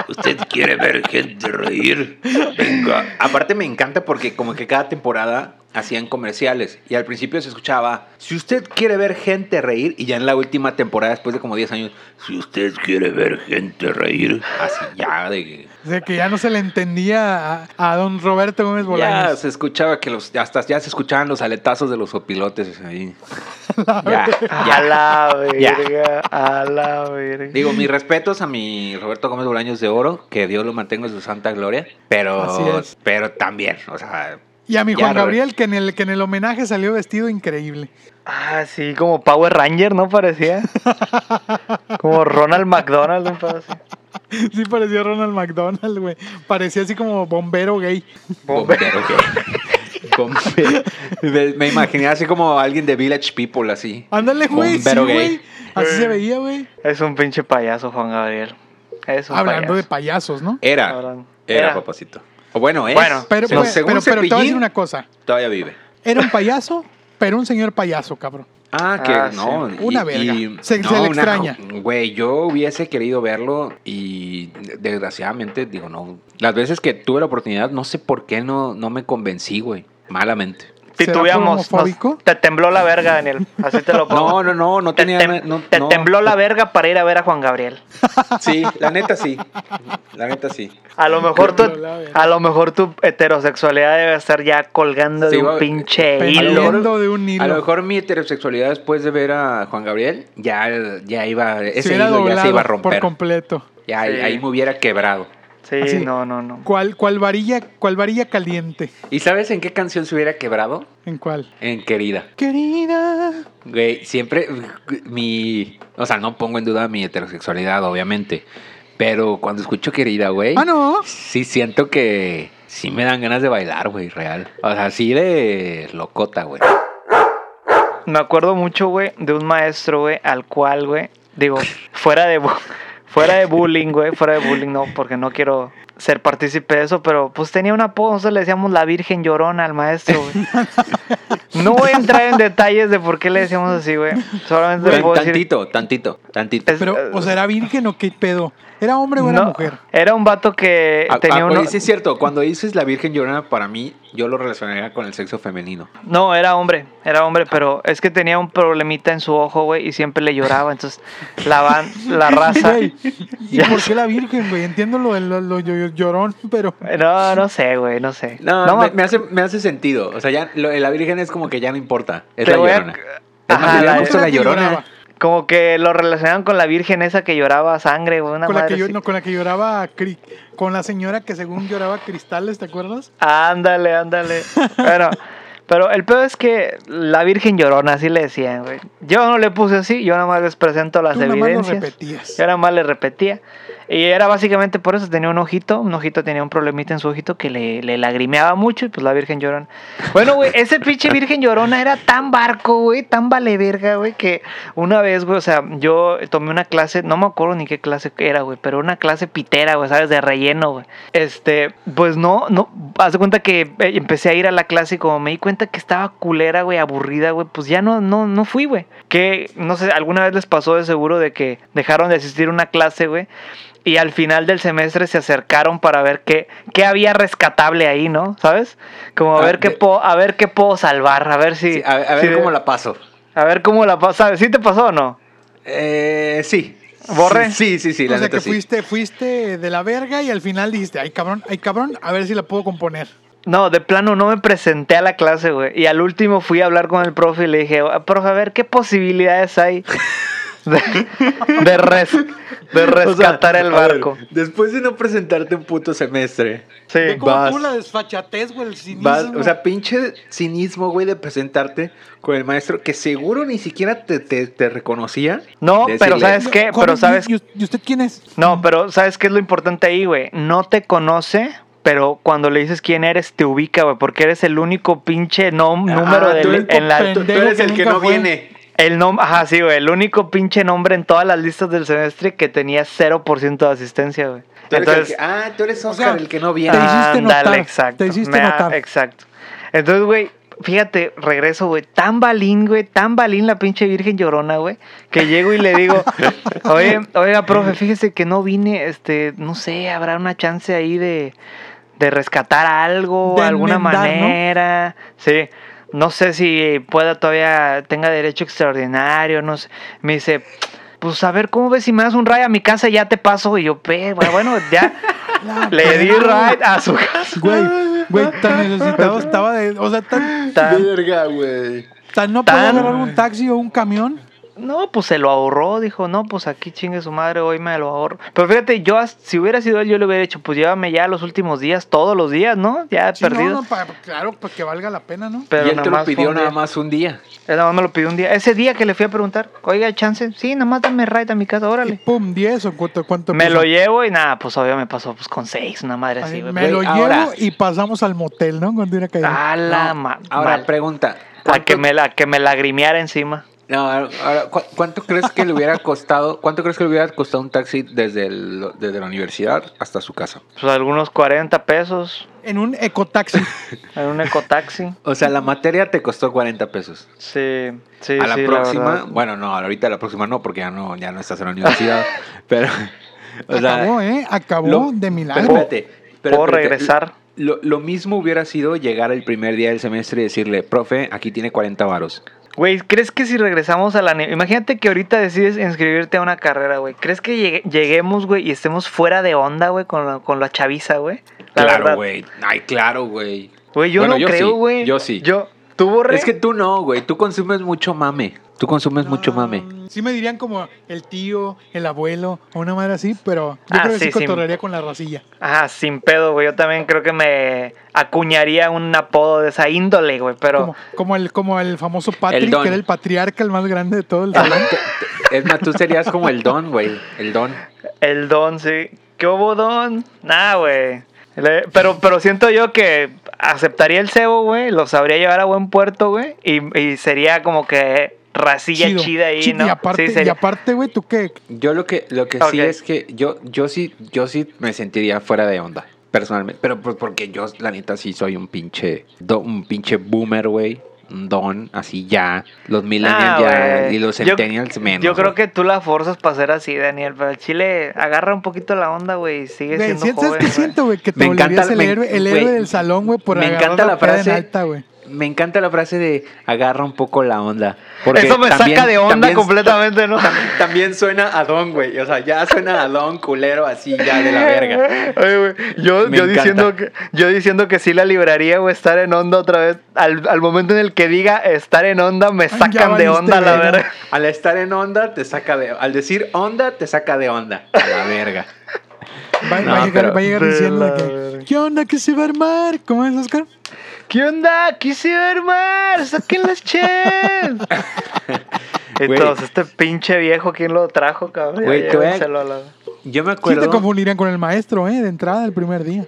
Speaker 1: Usted quiere ver gente reír. Venga.
Speaker 5: Aparte me encanta porque como que cada temporada hacían comerciales y al principio se escuchaba, si usted quiere ver gente reír y ya en la última temporada después de como 10 años,
Speaker 1: Si usted quiere ver gente reír.
Speaker 5: así ya de que-
Speaker 4: O sea, que ya no se le entendía a, a don Roberto Gómez
Speaker 5: ya
Speaker 4: Bolaños.
Speaker 5: se escuchaba que los hasta ya se escuchaban los aletazos de los opilotes ahí. ya,
Speaker 2: A
Speaker 5: ya.
Speaker 2: la
Speaker 5: Ya.
Speaker 2: verga, a la verga.
Speaker 5: Digo, mis respetos a mi Roberto Gómez Bolaños de Oro, que Dios lo mantenga en su santa gloria,
Speaker 4: Así
Speaker 5: pero
Speaker 4: es.
Speaker 5: pero también, o sea,
Speaker 4: y a mi
Speaker 5: ya,
Speaker 4: Juan
Speaker 5: Roberto.
Speaker 4: Gabriel, que en, el, que en el homenaje salió vestido increíble.
Speaker 2: Ah, sí, como Power Ranger, ¿no parecía? como Ronald McDonald, ¿no parecía?
Speaker 4: Sí, parecía Ronald McDonald, güey. Parecía así como bombero gay.
Speaker 5: Bombero, gay. Bombero. Me, me imaginé así como alguien de Village People, así.
Speaker 4: Ándale, güey. Sí,
Speaker 5: Bombero gay.
Speaker 4: güey. Así se veía, güey.
Speaker 2: Es un pinche payaso, Juan Gabriel. Es un
Speaker 4: Hablando de
Speaker 2: payaso.
Speaker 4: payasos, ¿no?
Speaker 5: Era,
Speaker 2: Cabrón.
Speaker 5: era,
Speaker 2: Era.
Speaker 5: papacito. O bueno, es.
Speaker 2: Bueno,
Speaker 4: Pero,
Speaker 5: según,
Speaker 4: pero,
Speaker 5: según
Speaker 4: pero, pero te voy a decir
Speaker 5: Cepillín,
Speaker 4: una cosa.
Speaker 5: todavía vive.
Speaker 4: Era un payaso, pero un señor payaso, cabrón.
Speaker 5: Ah, que
Speaker 2: Ah,
Speaker 5: no.
Speaker 4: sí. Una verga. Se- se le
Speaker 5: una-
Speaker 4: extraña.
Speaker 5: Güey, yo hubiese querido verlo y desgraciadamente, digo, no. Las veces que tuve la oportunidad, no sé por qué no, no me convencí, güey. Malamente.
Speaker 4: ¿Será por
Speaker 2: Titubeamos. nos-
Speaker 4: homofóbico?
Speaker 2: te tembló la verga, Daniel. Así te lo pongo.
Speaker 5: No, no, no, no
Speaker 2: Oh, Te,
Speaker 5: tenía.
Speaker 2: tem-
Speaker 5: no-
Speaker 2: te
Speaker 5: no.
Speaker 2: tembló la verga para ir a ver a Juan Gabriel.
Speaker 5: Sí, la neta sí. La neta sí.
Speaker 2: A lo mejor tu,
Speaker 4: Pero la verga.
Speaker 2: a lo mejor tu heterosexualidad debe estar ya colgando
Speaker 5: Sí,
Speaker 2: de un
Speaker 5: va-
Speaker 2: pinche
Speaker 5: a lo
Speaker 2: hilo.
Speaker 5: mejor-
Speaker 4: Pendiendo de un hilo.
Speaker 5: A lo mejor mi heterosexualidad después de ver a Juan Gabriel ya, ya iba,
Speaker 4: Se
Speaker 5: ese hilo ya
Speaker 4: hubiera
Speaker 5: se
Speaker 4: doblado
Speaker 5: iba a
Speaker 4: por
Speaker 5: romper.
Speaker 4: completo.
Speaker 5: Ya ahí-
Speaker 2: Sí.
Speaker 5: ahí me hubiera quebrado.
Speaker 2: Sí,
Speaker 4: Así.
Speaker 2: no, no, no.
Speaker 4: ¿Cuál, cuál, varilla, ¿Cuál varilla caliente?
Speaker 5: ¿Y sabes en qué canción se hubiera quebrado?
Speaker 4: ¿En cuál?
Speaker 5: En Querida.
Speaker 4: Querida.
Speaker 5: Güey, siempre mi... O sea, no pongo en duda mi heterosexualidad, obviamente. Pero cuando escucho Querida, güey...
Speaker 4: Ah, no.
Speaker 5: Sí siento que... Sí me dan ganas de bailar, güey, real. O sea, así de locota, güey.
Speaker 2: Me acuerdo mucho, güey, de un maestro, güey, al cual, güey, digo, fuera de, bu- fuera de bullying, güey, fuera de bullying, no, porque no quiero ser partícipe de eso, pero pues tenía un apodo, nosotros le decíamos la Virgen Llorona al maestro, güey. No voy a entrar en detalles de por qué le decíamos así, güey. Solamente le
Speaker 5: Tan-
Speaker 2: puedo decir...
Speaker 5: tantito, tantito, tantito.
Speaker 2: es- eh,
Speaker 4: Pero, o sea, ¿era virgen o qué pedo? ¿Era hombre o era
Speaker 2: no,
Speaker 4: mujer?
Speaker 2: Era un vato que
Speaker 5: Ah,
Speaker 2: Eh, tenía
Speaker 5: ah,
Speaker 2: uno...
Speaker 5: oye, sí es cierto, cuando dices la Virgen Llorona, para mí, yo lo relacionaría con el sexo femenino.
Speaker 2: No, era hombre, era hombre, pero es que tenía un problemita en su ojo, güey, y siempre le lloraba, entonces la van, la raza...
Speaker 4: Güey, ¿Y
Speaker 2: Ya
Speaker 4: por qué la virgen, güey? Entiendo lo, del- lo, lo llo- llorón, pero.
Speaker 2: No, no sé, güey, no sé.
Speaker 5: No,
Speaker 2: No,
Speaker 5: me,
Speaker 2: ma-
Speaker 5: me hace, me hace sentido. O sea, ya lo de la Virgen es como que ya no importa. Es
Speaker 2: Te
Speaker 5: la
Speaker 2: voy a-
Speaker 5: Llorona. Es
Speaker 2: Ajá,
Speaker 5: más,
Speaker 2: la-
Speaker 5: le puesto Ah, la
Speaker 4: que lloraba,
Speaker 5: Llorona.
Speaker 2: Como que lo relacionaban con la virgen esa que lloraba sangre, güey, una
Speaker 4: Con la,
Speaker 2: madre
Speaker 4: que yo,
Speaker 2: así.
Speaker 4: no, con la que lloraba. cri- Con la señora que según lloraba cristales, ¿te acuerdas?
Speaker 2: Ándale, ándale. Bueno, pero el peor es que la virgen llorona, así le decían, güey. Yo no le puse así, yo nada más les presento las
Speaker 4: Tú nada más lo
Speaker 2: evidencias.
Speaker 4: repetías.
Speaker 2: Yo nada más le repetía. Y era básicamente por eso, tenía un ojito, un ojito tenía un problemita en su ojito que le, le lagrimeaba mucho y pues la Virgen Llorona. Bueno, güey, ese pinche Virgen Llorona era tan barco, güey, tan vale verga, güey, que una vez, güey, o sea, yo tomé una clase, no me acuerdo ni qué clase era, güey, pero una clase pitera, güey, ¿sabes? De relleno, güey. Este, pues no, no, haz de cuenta que eh, empecé a ir a la clase y como me di cuenta que estaba culera, güey, aburrida, güey, pues ya no, no, no fui, güey. Que, no sé, alguna vez les pasó de seguro de que dejaron de asistir a una clase, güey. Y al final del semestre se acercaron para ver qué, qué había rescatable ahí, ¿no? ¿Sabes? Como a
Speaker 5: Ah,
Speaker 2: ver qué
Speaker 5: de-
Speaker 2: puedo, a ver qué puedo salvar, a ver si.
Speaker 5: Sí, a, a ver
Speaker 2: si-
Speaker 5: cómo la paso.
Speaker 2: a ver cómo la pasa. ¿Sí te pasó o no?
Speaker 5: Eh, sí.
Speaker 2: ¿Borre?
Speaker 5: Sí, sí, sí, la
Speaker 4: o sea
Speaker 5: neta
Speaker 4: que
Speaker 5: sí.
Speaker 4: fuiste, fuiste de la verga y al final dijiste, ay cabrón, ay cabrón, a ver si la puedo componer.
Speaker 2: No, de plano no me presenté a la clase, güey. Y al último fui a hablar con el profe y le dije, "Ah, profe, a ver qué posibilidades hay de, de res- de
Speaker 5: O sea,
Speaker 2: rescatar el
Speaker 5: a ver,
Speaker 2: barco.
Speaker 5: después de no presentarte un puto semestre,
Speaker 2: Sí.
Speaker 4: Ve cómo
Speaker 5: vas.
Speaker 4: tú la desfachatez, güey, el cinismo.
Speaker 5: vas, o sea, pinche cinismo, güey, de presentarte con el maestro que seguro ni siquiera te, te- te reconocía.
Speaker 2: No, pero
Speaker 5: Decirle,
Speaker 2: ¿sabes qué?
Speaker 4: Joven,
Speaker 2: Pero ¿sabes
Speaker 4: ¿y, y usted quién es?
Speaker 2: No, pero ¿sabes qué es lo importante ahí, güey? No te conoce, pero cuando le dices quién eres, te ubica, güey, porque eres el único pinche nom-
Speaker 5: Ah,
Speaker 2: número
Speaker 5: tú
Speaker 2: del,
Speaker 5: eres
Speaker 2: en la...
Speaker 5: Tú, tú eres el que
Speaker 4: nunca
Speaker 5: no
Speaker 4: fue.
Speaker 5: viene.
Speaker 2: El nom Ajá, sí, güey, el único pinche nombre en todas las listas del semestre que tenía 0% de asistencia, güey.
Speaker 5: Tú eres el
Speaker 2: Entonces,
Speaker 5: que- ah, tú eres Oscar,
Speaker 4: o sea,
Speaker 5: el que no
Speaker 4: Te
Speaker 5: viene.
Speaker 4: hiciste notar,
Speaker 2: Ándale, exacto.
Speaker 4: te hiciste
Speaker 2: Me ha-
Speaker 4: notar.
Speaker 2: Exacto. Entonces, güey, fíjate, regreso, güey, tan balín, güey, tan balín la pinche Virgen Llorona, güey, que llego y le digo, oye, oiga, profe, fíjese que no vine, este, no sé, habrá una chance ahí de, de rescatar algo,
Speaker 4: De
Speaker 2: de alguna
Speaker 4: enmendar, ¿no?
Speaker 2: manera. Sí. No sé si pueda todavía, tenga derecho extraordinario, no sé. Me dice, pues a ver, ¿cómo ves si me das un rayo a mi casa y ya te paso? Y yo, "Pe, güey, bueno, ya
Speaker 4: La
Speaker 2: le di
Speaker 4: verga,
Speaker 2: ride a su casa.
Speaker 4: Güey, güey, tan necesitado estaba de... O sea, tan,
Speaker 2: Tan-
Speaker 5: Verga, güey.
Speaker 4: tan no podía
Speaker 2: Tan-
Speaker 4: agarrar un taxi o un camión.
Speaker 2: No, pues se lo ahorró, dijo, no, pues aquí chingue su madre, hoy me lo ahorro. Pero fíjate, yo as- si hubiera sido él, yo le hubiera dicho, pues llévame ya los últimos días, todos los días, ¿no? Ya
Speaker 4: Sí,
Speaker 2: perdido.
Speaker 4: no, no, pa- claro, para que valga la pena, ¿no?
Speaker 2: Pero
Speaker 5: y él
Speaker 2: nada
Speaker 5: te
Speaker 2: más
Speaker 5: lo
Speaker 2: fue
Speaker 5: pidió
Speaker 2: un
Speaker 5: nada
Speaker 2: día.
Speaker 5: más un día.
Speaker 2: Él nada más me lo pidió un día. Ese día que le fui a preguntar, oiga, ¿hay chance, sí, nada más dame ride a mi casa,
Speaker 4: Y
Speaker 2: órale.
Speaker 4: pum, 10 o cuánto, cuánto
Speaker 2: Me
Speaker 4: puso.
Speaker 2: lo llevo y nada, pues obvio me pasó pues con seis, una madre
Speaker 4: Ay,
Speaker 2: así, güey.
Speaker 4: Me lo
Speaker 5: Güey,
Speaker 4: llevo
Speaker 5: ahora- Ah.
Speaker 4: y pasamos al motel, ¿no? Cuando era caído.
Speaker 2: A la
Speaker 5: No,
Speaker 2: ma-
Speaker 5: Ahora,
Speaker 2: mal.
Speaker 5: pregunta.
Speaker 2: A que
Speaker 5: ¿cuánto-
Speaker 2: me la que me lagrimeara encima.
Speaker 5: No, ahora- ahora, ¿cu- ¿cuánto crees que le hubiera costado? ¿Cuánto crees que le hubiera costado un taxi desde, el- desde la universidad hasta su casa?
Speaker 2: Pues algunos 40 pesos
Speaker 4: En un ecotaxi.
Speaker 2: en un ecotaxi.
Speaker 5: O sea, la materia te costó 40 pesos.
Speaker 2: Sí, sí,
Speaker 5: a la
Speaker 2: sí,
Speaker 5: próxima,
Speaker 2: verdad.
Speaker 5: bueno, no, ahorita a la próxima no, porque ya no, ya no estás en la universidad. pero, o sea,
Speaker 4: acabó, ¿eh? Acabó
Speaker 5: lo-
Speaker 4: de
Speaker 5: pero
Speaker 4: milagro.
Speaker 5: espérate, pero
Speaker 2: Puedo
Speaker 5: espérate,
Speaker 2: regresar.
Speaker 5: Lo, lo mismo hubiera sido llegar el primer día del semestre y decirle, profe, aquí tiene 40 varos.
Speaker 2: Güey, ¿crees que si regresamos a la... ni- Imagínate que ahorita decides inscribirte a una carrera, güey. ¿Crees que llegue- lleguemos, güey, y estemos fuera de onda, güey, con la, con la chaviza, güey? La verdad.
Speaker 5: Claro, güey. Ay, claro, güey.
Speaker 2: Güey, yo
Speaker 5: Bueno,
Speaker 2: no
Speaker 5: yo sí,
Speaker 2: creo, güey.
Speaker 5: yo sí.
Speaker 2: Yo, ¿Tú, Borre?
Speaker 5: Es que tú no, güey. Tú consumes mucho mame. Tú consumes mucho
Speaker 2: Ah.
Speaker 5: mame.
Speaker 4: Sí me dirían como el tío, el abuelo o una madre así, pero yo
Speaker 2: Ah,
Speaker 4: creo que
Speaker 2: sí,
Speaker 4: sí,
Speaker 2: sí.
Speaker 4: cotorrearía con la racilla.
Speaker 2: Ah, sin pedo, güey. Yo también creo que me acuñaría un apodo de esa índole, güey. Pero
Speaker 4: Como, como el, como el famoso Patrick,
Speaker 5: El don.
Speaker 4: que era el patriarca, el más grande de todo el salón.
Speaker 5: Ajá, te- te- Es más, tú serías como el don, güey. El don.
Speaker 2: el don, sí. ¿Qué hubo, don? Nah, güey. Le- Pero, pero siento yo que aceptaría el cebo, güey. Lo sabría llevar a buen puerto, güey. Y, y sería como que racilla
Speaker 4: Chido.
Speaker 2: chida ahí,
Speaker 4: Chido.
Speaker 2: ¿no?
Speaker 4: Y aparte,
Speaker 2: sí,
Speaker 4: y
Speaker 2: sería-
Speaker 4: aparte, güey, tú qué.
Speaker 5: Yo lo que, lo que sí
Speaker 2: Ok.
Speaker 5: es que yo, yo sí, yo sí me sentiría fuera de onda, personalmente. Pero pues porque yo, la neta, sí soy un pinche, do- un pinche boomer, güey. Un don, así ya. Los millennials
Speaker 2: Ah,
Speaker 5: ya.
Speaker 2: güey.
Speaker 5: Y los
Speaker 2: Yo-
Speaker 5: centennials menos.
Speaker 2: Yo creo
Speaker 5: güey.
Speaker 2: que tú la forzas para ser así, Daniel. Pero el Chile agarra un poquito la onda, güey. y Sigue
Speaker 4: Güey,
Speaker 2: siendo
Speaker 4: ¿sí- ¿Sabes
Speaker 2: joven,
Speaker 4: qué
Speaker 2: güey.
Speaker 4: siento, güey? Que te
Speaker 5: Me encanta-
Speaker 4: volverías el
Speaker 5: me-
Speaker 4: héroe, el
Speaker 5: güey,
Speaker 4: héroe del salón, güey, por
Speaker 5: me
Speaker 4: agarrar
Speaker 5: encanta la
Speaker 4: peda en
Speaker 5: frase-
Speaker 4: alta, güey.
Speaker 5: Me encanta la frase de agarra un poco la onda. porque
Speaker 2: Eso me
Speaker 5: también-
Speaker 2: saca de onda
Speaker 5: también-
Speaker 2: completamente, ¿no?
Speaker 5: También suena a don, güey. O sea, ya suena a don culero así ya de la verga.
Speaker 2: Oye, güey, yo,
Speaker 5: Me
Speaker 2: yo
Speaker 5: encanta.
Speaker 2: diciendo que, yo diciendo que sí la libraría, güey, estar en onda otra vez. Al, al momento en el que diga estar en onda, me
Speaker 4: ya
Speaker 2: sacan de
Speaker 4: valiste,
Speaker 2: onda, la
Speaker 4: güey, ¿no?
Speaker 2: verdad.
Speaker 5: Al estar en onda, te saca de. Al decir onda, te saca de onda. A la verga.
Speaker 4: Va,
Speaker 5: No,
Speaker 4: va a llegar,
Speaker 5: pero-
Speaker 4: va a llegar
Speaker 2: de
Speaker 4: diciendo
Speaker 2: la
Speaker 4: que.
Speaker 2: verga.
Speaker 4: ¿Qué onda? ¿Qué se va a armar? ¿Cómo es, Oscar?
Speaker 2: ¿Qué onda? Quise ver más. Saquen las ches.
Speaker 5: Güey.
Speaker 2: Entonces, este pinche viejo, ¿quién lo trajo, cabrón?
Speaker 5: Güey,
Speaker 2: Ya
Speaker 5: te voy a-
Speaker 2: llévenselo a la-
Speaker 5: Yo me
Speaker 4: Sí
Speaker 5: acuerdo.
Speaker 4: te confundirían con el maestro, ¿eh? De entrada, el primer día.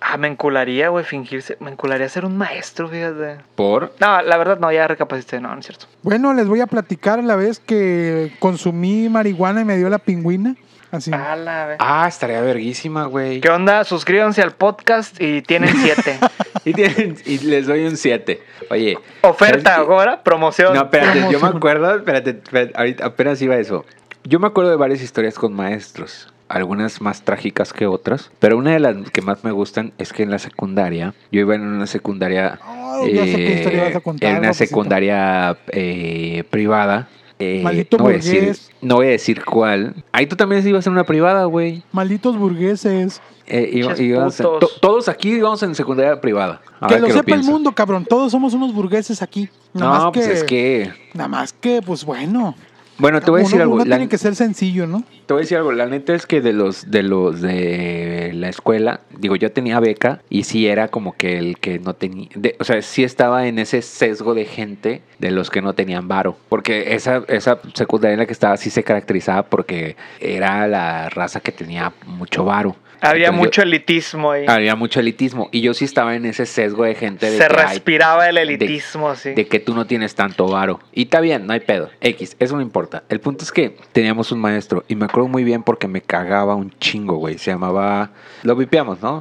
Speaker 2: Ah, me encularía, güey, fingirse. Me encularía ser un maestro, fíjate.
Speaker 5: Por.
Speaker 2: No, la verdad, no, ya recapacité. No, no es cierto.
Speaker 4: Bueno, les voy a platicar la vez que consumí marihuana y me dio la pingüina. Así.
Speaker 2: A la ve-
Speaker 5: Ah, estaría verguísima, güey.
Speaker 2: ¿Qué onda? Suscríbanse al podcast y tienen siete.
Speaker 5: Y, tienen- y les doy un 7. Oye.
Speaker 2: Oferta,
Speaker 5: ¿sabes qué?
Speaker 2: ahora, promoción.
Speaker 5: No, espérate, yo me
Speaker 4: Promoción.
Speaker 5: acuerdo. Espérate, espérate, ahorita apenas iba a eso. Yo me acuerdo de varias historias con maestros. Algunas más trágicas que otras. Pero una de las que más me gustan es que en la secundaria. Yo iba en una secundaria. eh,
Speaker 4: Oh, ya sé qué historia vas a contar,
Speaker 5: en una
Speaker 4: papacito.
Speaker 5: secundaria eh, privada. eh,
Speaker 4: Maldito
Speaker 5: no voy, a decir,
Speaker 4: burgués.
Speaker 5: no voy a decir cuál. Ahí tú también ibas en una privada, güey.
Speaker 4: Malditos burgueses.
Speaker 5: Eh, iba-
Speaker 2: Pinches
Speaker 5: ibas en-
Speaker 2: putos.
Speaker 5: to- todos aquí íbamos en secundaria privada. ahora
Speaker 4: que lo sepa el
Speaker 5: pienso.
Speaker 4: mundo, cabrón. Todos somos unos burgueses aquí. Nada más
Speaker 5: No,
Speaker 4: que,
Speaker 5: pues es que.
Speaker 4: Nada más que, pues bueno.
Speaker 5: Bueno, te voy a
Speaker 4: Uno-
Speaker 5: decir algo.
Speaker 4: uno
Speaker 5: la-
Speaker 4: tiene que ser sencillo, ¿no?
Speaker 5: Te voy a decir algo, la neta es que de los de los de la escuela, digo, yo tenía beca y sí era como que el que no tenía, de- o sea, sí estaba en ese sesgo de gente de los que no tenían varo, porque esa esa secundaria en la que estaba sí se caracterizaba porque era la raza que tenía mucho varo.
Speaker 2: Había
Speaker 5: Entonces,
Speaker 2: mucho elitismo ahí.
Speaker 5: yo- había mucho elitismo y yo sí estaba en ese sesgo de gente de
Speaker 2: Se
Speaker 5: que, ay,
Speaker 2: respiraba el
Speaker 5: de-
Speaker 2: elitismo, sí.
Speaker 5: de que tú no tienes tanto varo. Y está bien, no hay pedo. X, eso no importa. El punto es que teníamos un maestro y me acuerdo muy bien porque me cagaba un chingo, güey. Se llamaba... Lo vipeamos, ¿no?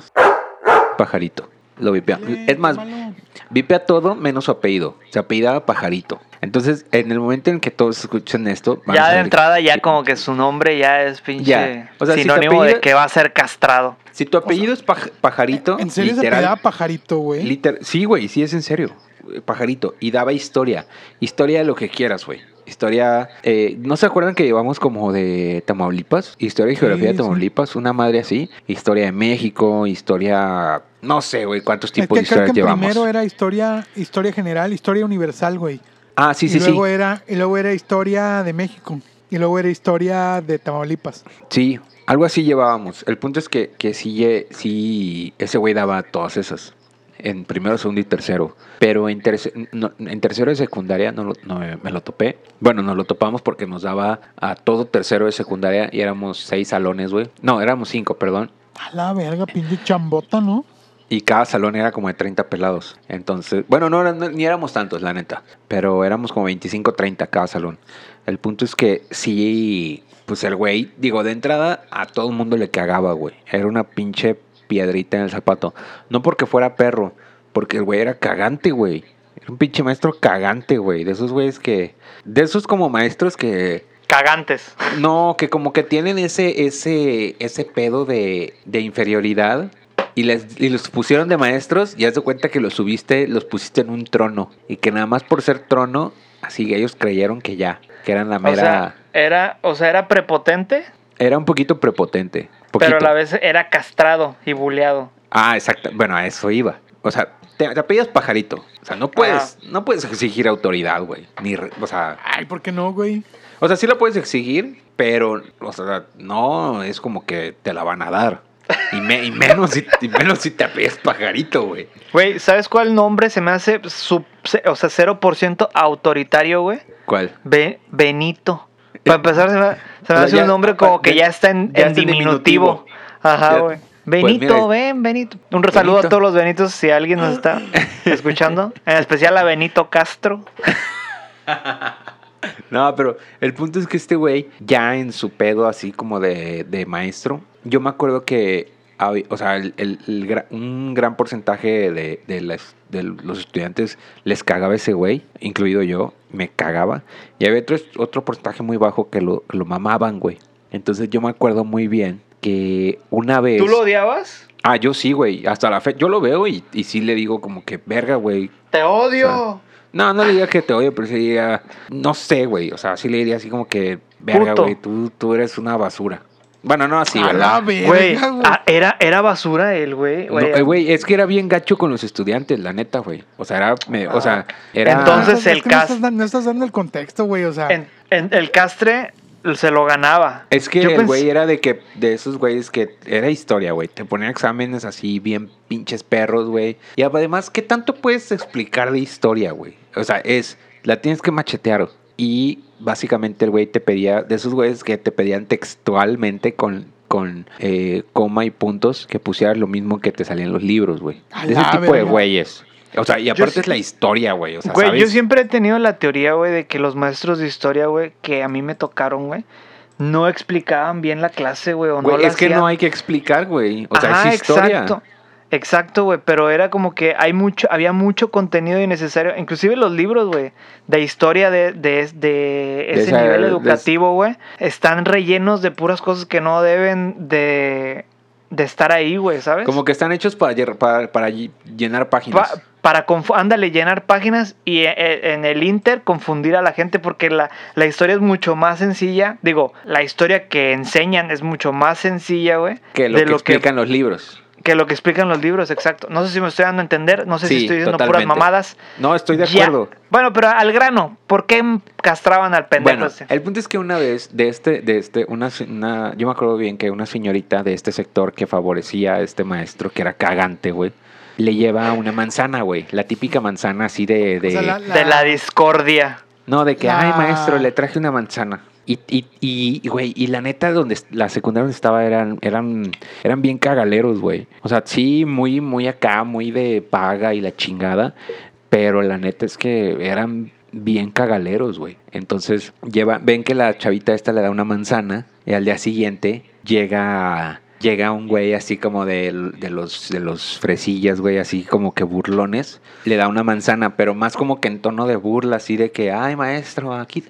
Speaker 5: Pajarito. Lo vipeamos. Es más,
Speaker 4: Malo.
Speaker 5: vipea todo menos su apellido. Se apellidaba Pajarito. Entonces, en el momento en que todos escuchen esto... van a
Speaker 2: ya de
Speaker 5: saber-
Speaker 2: entrada, ya como que su nombre ya es pinche
Speaker 5: Ya. O sea, si te
Speaker 2: sinónimo
Speaker 5: apellida-
Speaker 2: de que va a ser castrado.
Speaker 5: Si tu apellido es Paj- Pajarito...
Speaker 4: ¿En serio se
Speaker 5: literal-
Speaker 4: pegaba pajarito, güey?
Speaker 5: Liter- sí, güey, sí es en serio. eh, Pajarito. Y daba historia. Historia de lo que quieras, güey. Historia. eh, ¿No se acuerdan que llevamos como de Tamaulipas? Historia y geografía de
Speaker 4: sí.
Speaker 5: Tamaulipas, una madre así. Historia de México, historia. No sé, güey, cuántos
Speaker 4: Es
Speaker 5: tipos
Speaker 4: que
Speaker 5: de
Speaker 4: creo que
Speaker 5: historias llevamos.
Speaker 4: primero era historia, historia general, historia universal, güey.
Speaker 5: Ah, sí, sí,
Speaker 4: y luego
Speaker 5: sí.
Speaker 4: era, y luego era historia de México. Y luego era historia de Tamaulipas.
Speaker 5: Sí, algo así llevábamos. El punto es que, que sí, lle- sí, ese güey daba todas esas. En primero, segundo y tercero. Pero en, terce- no, en tercero de secundaria no, lo- no me, me lo topé. Bueno, nos lo topamos porque nos daba a todo tercero de secundaria y éramos seis salones, güey. No, éramos cinco, perdón.
Speaker 4: A la verga, pinche chambota, ¿no?
Speaker 5: Y cada salón era como de 30 pelados. Entonces, bueno, no, eran- ni éramos tantos, la neta. Pero éramos como 25, 30 cada salón. El punto es que sí, pues el güey, digo, de entrada a todo el mundo le cagaba, güey. Era una pinche piedrita en el zapato. No porque fuera perro, porque el güey era cagante, güey. Era un pinche maestro cagante, güey. De esos güeyes que... De esos como maestros que...
Speaker 2: Cagantes.
Speaker 5: No, que como que tienen ese, ese, ese pedo de, de inferioridad y, les, y los pusieron de maestros y haz de cuenta que los subiste, los pusiste en un trono y que nada más por ser trono, así que ellos creyeron que ya, que eran la
Speaker 2: O
Speaker 5: mera...
Speaker 2: sea, era, o sea, era prepotente,
Speaker 5: era un poquito prepotente.
Speaker 2: pero
Speaker 5: poquito.
Speaker 2: a la vez era castrado y buleado.
Speaker 5: Ah, exacto. Bueno, a eso iba. o sea, te, te apellidas pajarito. O sea, no puedes, no puedes exigir autoridad, güey. Ni, re- o sea,
Speaker 4: Ay, ¿por qué no, güey?
Speaker 5: o sea, sí la puedes exigir, pero, o sea, no es como que te la van a dar. Y, me- y menos, si, y menos si te apellidas pajarito, güey.
Speaker 2: Güey, ¿sabes cuál nombre se me hace, sub- se- o sea, 0% autoritario, güey?
Speaker 5: ¿Cuál?
Speaker 2: Be- Benito. Para empezar, se me, se me
Speaker 5: Eh, Ya-
Speaker 2: hace un nombre como que
Speaker 5: ya-
Speaker 2: ya está en,
Speaker 5: ya
Speaker 2: en
Speaker 5: está en
Speaker 2: diminutivo.
Speaker 5: diminutivo.
Speaker 2: Ajá,
Speaker 5: Ya-
Speaker 2: güey.
Speaker 5: pues,
Speaker 2: Benito,
Speaker 5: mira,
Speaker 2: ven, Benito. Un saludo
Speaker 5: Benito.
Speaker 2: a todos los Benitos si alguien nos está escuchando. En especial a Benito Castro.
Speaker 5: No, pero el punto es que este güey, ya en su pedo así como de, de maestro, yo me acuerdo que, hab- o sea, el- el- el gra- un gran porcentaje de, de las- de los estudiantes les cagaba ese güey, incluido yo, me cagaba. Y había otro, otro porcentaje muy bajo que lo, que lo mamaban, güey. Entonces yo me acuerdo muy bien que una vez...
Speaker 2: ¿Tú lo odiabas?
Speaker 5: Ah, yo sí, güey. Hasta la fe, yo lo veo y, y sí le digo como que, verga, güey,
Speaker 2: ¡Te
Speaker 5: odio! no, no le diría que te odio, pero sí diría, no sé, güey. O sea, sí le diría así como que, verga,
Speaker 2: Puto.
Speaker 5: güey, tú, tú eres una basura. Bueno, no así,
Speaker 4: a la
Speaker 5: ¿verdad?
Speaker 4: verga,
Speaker 2: Güey,
Speaker 4: güey.
Speaker 2: ah, era, era basura el güey.
Speaker 5: No, eh, Güey, es que era bien gacho con los estudiantes, la neta, güey. O sea, era, me- o sea, era...
Speaker 2: Entonces,
Speaker 4: Es que
Speaker 2: el
Speaker 4: no estás
Speaker 2: cast-
Speaker 4: dan- No estás dando el contexto, güey, o sea.
Speaker 2: En- en- el castre se lo ganaba.
Speaker 5: Es que
Speaker 2: Yo
Speaker 5: el
Speaker 2: pens-
Speaker 5: güey era de que de esos güeyes que era historia, güey. Te ponían exámenes así bien pinches perros, güey. Y además, ¿qué tanto puedes explicar de historia, güey? O sea, es la tienes que machetear y básicamente el güey te pedía de esos güeyes que te pedían textualmente con con eh, coma y puntos que pusieras lo mismo que te salían los libros, güey.
Speaker 4: A
Speaker 5: De ese
Speaker 4: la
Speaker 5: tipo de
Speaker 4: verga.
Speaker 5: güeyes. O sea, y aparte
Speaker 2: sí-
Speaker 5: es la historia, güey. O sea,
Speaker 2: Güey, yo
Speaker 5: ¿sabes?
Speaker 2: siempre he tenido la teoría, güey, de que los maestros de historia, güey, que a mí me tocaron, güey, no explicaban bien la clase, güey, o no
Speaker 5: Güey,
Speaker 2: la
Speaker 5: es que
Speaker 2: hacían.
Speaker 5: no hay que explicar, güey. O sea,
Speaker 2: Ajá,
Speaker 5: es historia.
Speaker 2: Exacto. Exacto, güey, pero era como que hay mucho, había mucho contenido innecesario, inclusive los libros, güey, de historia de, de, de ese
Speaker 5: esa-
Speaker 2: nivel
Speaker 5: de-
Speaker 2: educativo, güey, están rellenos de puras cosas que no deben de, de estar ahí, güey, ¿sabes?
Speaker 5: Como que están hechos para, lle- para, para ll- llenar
Speaker 2: Pa-
Speaker 5: páginas.
Speaker 2: para confu- ándale, llenar páginas y eh, eh, en el Inter confundir a la gente porque la, la historia es mucho más sencilla. Digo, la historia que enseñan es mucho más sencilla, güey.
Speaker 5: que lo
Speaker 2: de
Speaker 5: que explican los libros.
Speaker 2: que, que lo que explican los libros, exacto. No sé si me estoy dando a entender, no sé
Speaker 5: Sí,
Speaker 2: si estoy diciendo puras
Speaker 5: totalmente.
Speaker 2: mamadas.
Speaker 5: No, estoy de
Speaker 2: Ya.
Speaker 5: acuerdo.
Speaker 2: Bueno, pero al grano, ¿por qué castraban al pendejo
Speaker 5: Bueno,
Speaker 2: ese?
Speaker 5: el punto es que una vez, de este, de este, una, se- una- yo me acuerdo bien que una señorita de este sector que favorecía a este maestro, que era cagante, güey, le lleva una manzana, güey. La típica manzana así de. de
Speaker 4: o sea, la-
Speaker 2: De la discordia.
Speaker 5: No, de que,
Speaker 4: La-
Speaker 5: ay, maestro, le traje una manzana. Y, y, y, güey, y la neta, donde est- la secundaria donde estaba eran, eran, eran bien cagaleros, güey. O sea, sí, muy, muy acá, muy de paga y la chingada. Pero la neta es que eran bien cagaleros, güey. Entonces, lleva, ven que la chavita esta le da una manzana y al día siguiente llega llega un güey así como de, de los de los fresillas, güey, así como que burlones, le da una manzana, pero más como que en tono de burla, así de que, "Ay, maestro, aquí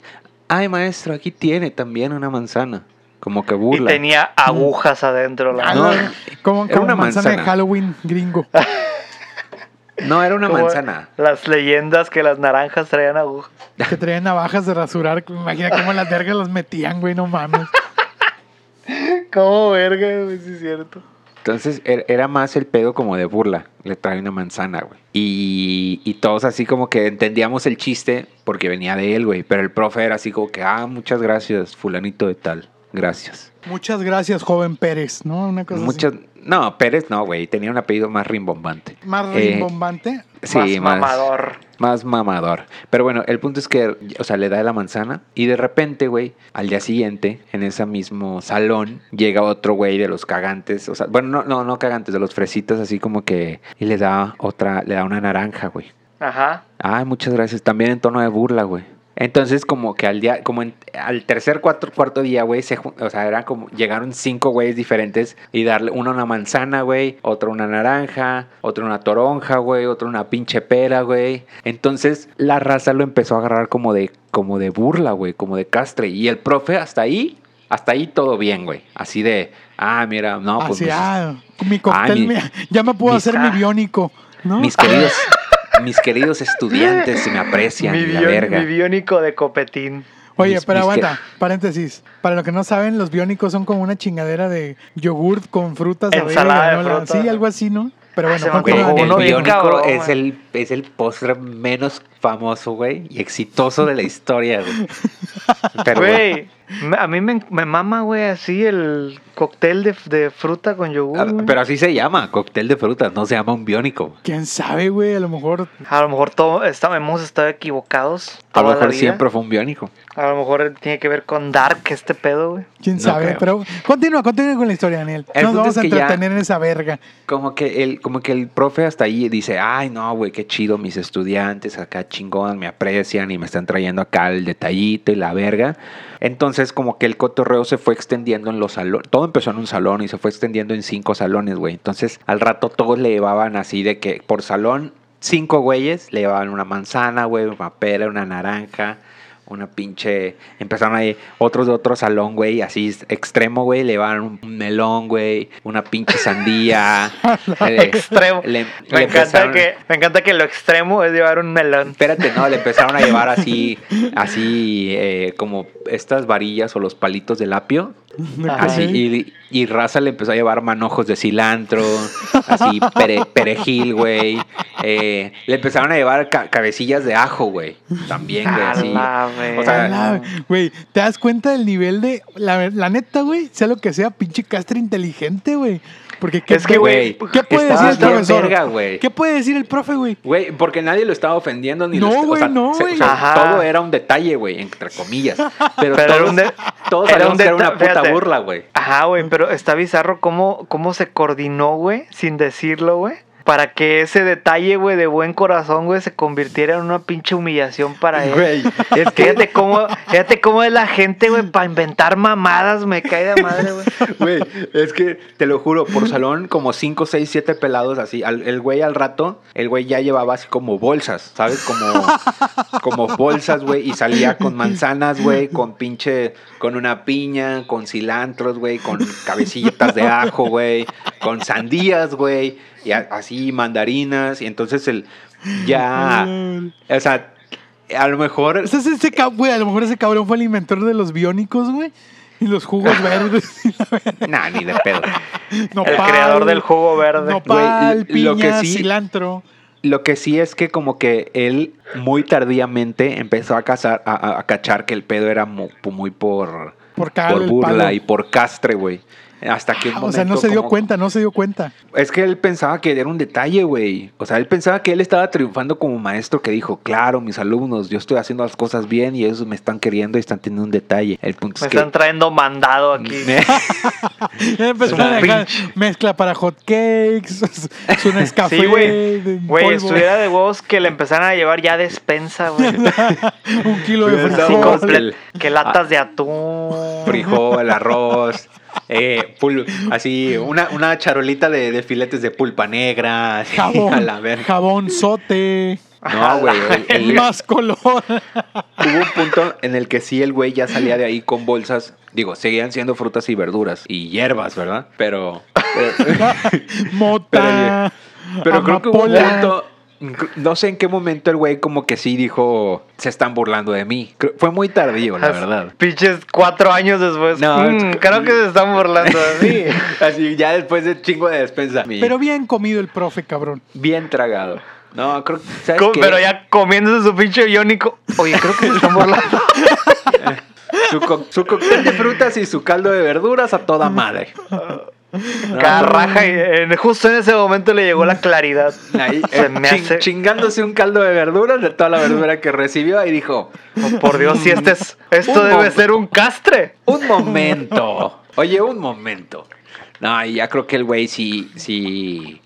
Speaker 5: ay, maestro, aquí tiene también una manzana." Como que burla.
Speaker 2: Y tenía agujas adentro. La
Speaker 4: Ah,
Speaker 5: No,
Speaker 4: la- como,
Speaker 5: era
Speaker 4: como
Speaker 5: una
Speaker 4: manzana, de
Speaker 5: manzana.
Speaker 4: Halloween gringo.
Speaker 5: No, era una
Speaker 2: Como
Speaker 5: manzana.
Speaker 2: Las leyendas que las naranjas traían agujas.
Speaker 4: Que traían navajas de rasurar. Me imagino cómo las vergas las metían, güey, no mames.
Speaker 2: ¿Cómo verga, güey? Sí, es cierto.
Speaker 5: Entonces er- era más el pedo como de burla. Le trae una manzana, güey. Y, y todos así como que entendíamos el chiste porque venía de él, güey. Pero el profe era así como que, ah, muchas gracias, fulanito de tal. Gracias.
Speaker 4: Muchas gracias, joven Pérez, ¿no? Una cosa así.
Speaker 5: Muchas... No, Pérez no, güey. Tenía un apellido más rimbombante.
Speaker 4: Más
Speaker 5: Eh,
Speaker 4: rimbombante.
Speaker 5: Sí,
Speaker 2: más
Speaker 5: más,
Speaker 2: mamador.
Speaker 5: Más mamador. Pero bueno, el punto es que, o sea, le da la manzana y de repente, güey, al día siguiente, en ese mismo salón, llega otro güey de los cagantes, o sea, bueno, no, no, no cagantes, de los fresitas, así como que, y le da otra, le da una naranja, güey.
Speaker 2: Ajá.
Speaker 5: Ay, muchas gracias. También en tono de burla, güey. Entonces, como que al día, como en- al tercer, cuatro, cuarto día, güey, se, jun- o sea, eran como, llegaron cinco güeyes diferentes y darle uno una manzana, güey, otro una naranja, otro una toronja, güey, otro una pinche pera, güey. Entonces, la raza lo empezó a agarrar como de, como de burla, güey, como de castre. Y el profe, hasta ahí, hasta ahí todo bien, güey. Así de, ah, mira, no, pues.
Speaker 4: así,
Speaker 5: mis-
Speaker 4: ah, mi cóctel,
Speaker 5: mi-
Speaker 4: me- ya me puedo
Speaker 5: mis-
Speaker 4: hacer mi biónico, ¿no?
Speaker 5: mis queridos, mis queridos estudiantes me aprecian
Speaker 2: Mi,
Speaker 5: y la
Speaker 2: bion-
Speaker 5: verga.
Speaker 2: mi biónico de copetín.
Speaker 4: Oye,
Speaker 5: mis-
Speaker 4: pero
Speaker 5: mis que-
Speaker 4: aguanta, paréntesis. Para los que no saben, los biónicos son como una chingadera de yogurt con frutas. arriba y
Speaker 2: Ensalada de
Speaker 4: granola.
Speaker 2: frutas. Ah,
Speaker 4: Sí, algo así, ¿no? Pero bueno,
Speaker 2: Se me
Speaker 5: Güey,
Speaker 4: Juanjo,
Speaker 2: antojó
Speaker 5: el
Speaker 2: uno bien
Speaker 5: Biónico
Speaker 2: cabrón,
Speaker 5: es
Speaker 2: güey.
Speaker 5: el, es el póster menos famoso, güey, y exitoso de la historia, güey. Pero, güey,
Speaker 2: Güey, me- a mí me, me mama, güey, así el cóctel de, de fruta con yogur.
Speaker 5: a-
Speaker 2: güey.
Speaker 5: pero así se llama, cóctel de frutas, no se llama un biónico.
Speaker 4: quién sabe, güey, a lo mejor
Speaker 2: A lo mejor todo, está- hemos estado equivocados.
Speaker 5: A
Speaker 2: toda
Speaker 5: lo
Speaker 2: la
Speaker 5: mejor
Speaker 2: vida.
Speaker 5: siempre fue un biónico.
Speaker 2: A lo mejor tiene que ver con Dark este pedo, güey.
Speaker 4: Quién
Speaker 5: No
Speaker 4: sabe,
Speaker 5: creo.
Speaker 4: pero continúa, continúa con la historia, Daniel.
Speaker 5: El
Speaker 4: Nos
Speaker 5: punto
Speaker 4: vamos
Speaker 5: es
Speaker 4: a
Speaker 5: que ya-
Speaker 4: entretener en esa verga.
Speaker 5: Como que el, como que el profe hasta ahí dice, ay no, güey, qué chido, mis estudiantes acá chingón, me aprecian y me están trayendo acá el detallito y la verga. Entonces, como que el cotorreo se fue extendiendo en los salones. Todo empezó en un salón y se fue extendiendo en cinco salones, güey. Entonces, al rato todos le llevaban así de que por salón, cinco güeyes le llevaban una manzana, güey, una pera, una naranja. Una pinche. Empezaron ahí otros de otro salón, güey, así extremo, güey. Le llevaban un melón, güey. Una pinche sandía. eh,
Speaker 2: Extremo.
Speaker 5: le-
Speaker 2: Me,
Speaker 5: le
Speaker 2: encanta
Speaker 5: empezaron-
Speaker 2: que, me encanta que lo extremo es llevar un melón.
Speaker 5: Espérate, no, le empezaron a llevar así, así eh, como estas varillas o los palitos del apio.
Speaker 2: Ajá.
Speaker 5: Así, Ah, y, y Raza le empezó a llevar manojos de cilantro, así pere- perejil, güey. Eh, le empezaron a llevar ca- cabecillas de ajo, güey. También, güey.
Speaker 2: A
Speaker 5: así.
Speaker 2: la
Speaker 5: O sea,
Speaker 4: Ala, Güey, ¿te das cuenta del nivel de. La, la neta, güey, sea lo que sea, pinche castre inteligente, güey. Porque qué
Speaker 2: Es que, güey,
Speaker 4: ¿Qué puede decir
Speaker 5: estabas
Speaker 2: este
Speaker 4: el
Speaker 5: bien
Speaker 4: profesor?
Speaker 5: verga, güey.
Speaker 4: ¿Qué puede decir el profe, güey?
Speaker 5: Güey, porque nadie lo estaba ofendiendo ni
Speaker 4: No,
Speaker 5: lo est-
Speaker 4: güey, no,
Speaker 5: se-
Speaker 4: güey.
Speaker 2: Ajá.
Speaker 5: todo era un detalle, güey, entre comillas.
Speaker 2: Pero
Speaker 5: Pero,
Speaker 2: era
Speaker 5: todos,
Speaker 2: un de-
Speaker 5: todos
Speaker 2: era
Speaker 5: sabíamos
Speaker 2: un
Speaker 5: que era una
Speaker 2: deta-
Speaker 5: puta
Speaker 2: fíjate.
Speaker 5: burla, güey.
Speaker 2: Ajá, güey, pero está bizarro cómo, cómo se coordinó, güey, sin decirlo, güey. Para que ese detalle, güey, de buen corazón, güey, se convirtiera en una pinche humillación para él.
Speaker 5: Güey,
Speaker 2: es que fíjate cómo, fíjate cómo es la gente, güey, para inventar mamadas, me cae de madre, güey.
Speaker 5: Güey, es que te lo juro, por salón como 5, 6, 7 pelados así. Al- el güey al rato, el güey ya llevaba así como bolsas, ¿sabes? Como, como bolsas, güey. Y salía con manzanas, güey, con pinche, con una piña, con cilantros, güey, con cabecillitas de ajo, güey, con sandías, güey, y a- así mandarinas. Y entonces el ya, o sea, a lo mejor
Speaker 4: O sea, ese- ese cab- güey, a lo mejor ese cabrón fue el inventor de los biónicos, güey. Y los jugos verdes. y la verga.
Speaker 5: Nah, ni de pedo.
Speaker 2: El
Speaker 4: Nopal,
Speaker 2: creador del jugo verde.
Speaker 4: Nopal,
Speaker 5: Güey, lo que
Speaker 4: piña,
Speaker 5: sí-
Speaker 4: cilantro.
Speaker 5: Lo que sí es que como que él muy tardíamente empezó a, cazar, a, a- a cachar que el pedo era mu- muy, por,
Speaker 4: Por cagarle
Speaker 5: por
Speaker 4: el
Speaker 5: burla
Speaker 4: palo. Ah,
Speaker 5: y por castre, güey. Hasta que un
Speaker 4: o sea, no
Speaker 5: momento
Speaker 4: se dio
Speaker 5: como-
Speaker 4: cuenta, no se dio cuenta.
Speaker 5: Es que él pensaba que era un detalle, güey. O sea, él pensaba que él estaba triunfando como maestro que dijo, claro, mis alumnos, yo estoy haciendo las cosas bien y ellos me están queriendo y están teniendo un detalle. El punto
Speaker 2: Me
Speaker 5: es que...
Speaker 2: están trayendo mandado aquí.
Speaker 4: Ya empezaron a dejar mezcla para hot cakes, es un escafé,
Speaker 2: Sí, güey.
Speaker 4: de- en
Speaker 2: Güey,
Speaker 4: polvo,
Speaker 2: estuviera de huevos que le empezaran a llevar ya despensa, güey.
Speaker 4: un kilo de
Speaker 5: Hubiera
Speaker 2: Así
Speaker 5: No,
Speaker 4: frijol,
Speaker 5: estado-
Speaker 2: completo. Que latas de atún.
Speaker 5: frijol, arroz, eh, pul- así, una, una charolita de, de filetes de pulpa negra, así, a la
Speaker 4: jabón,
Speaker 5: verga.
Speaker 4: jabón sote,
Speaker 5: No, güey. el- el-
Speaker 4: más color.
Speaker 5: Hubo un punto en el que sí el güey ya salía de ahí con bolsas. Digo, seguían siendo frutas y verduras y hierbas, ¿verdad? Pero. Pero,
Speaker 4: Mota.
Speaker 5: pero creo que hubo un
Speaker 4: amapola.
Speaker 5: punto. No sé en qué momento el güey como que sí dijo, se están burlando de mí. Creo- Fue muy tardío,
Speaker 2: Ah,
Speaker 5: la verdad.
Speaker 2: Pinches cuatro años después.
Speaker 5: No,
Speaker 2: Mm,
Speaker 5: es-
Speaker 2: creo que se están burlando de mí.
Speaker 5: Así, ya después de chingo de despensa.
Speaker 4: Pero bien comido el profe, cabrón.
Speaker 5: Bien tragado. No, creo ¿sabes
Speaker 2: Co-
Speaker 5: qué?
Speaker 2: Pero ya comiéndose su pinche iónico. Oye, creo que se están burlando.
Speaker 5: Su, co- su cóctel de frutas y su caldo de verduras a toda madre.
Speaker 2: Carraja. Y eh, en- justo en ese momento le llegó la claridad.
Speaker 5: Ahí,
Speaker 2: se
Speaker 5: eh,
Speaker 2: me
Speaker 5: chin-
Speaker 2: hace.
Speaker 5: Chingándose un caldo de verduras de toda la verdura que recibió y dijo,
Speaker 2: Oh, por Dios, si este es. Esto
Speaker 5: Un
Speaker 2: debe
Speaker 5: momento.
Speaker 2: ser un castre.
Speaker 5: un momento, oye, un momento. No, y ya creo que el güey sí, sí...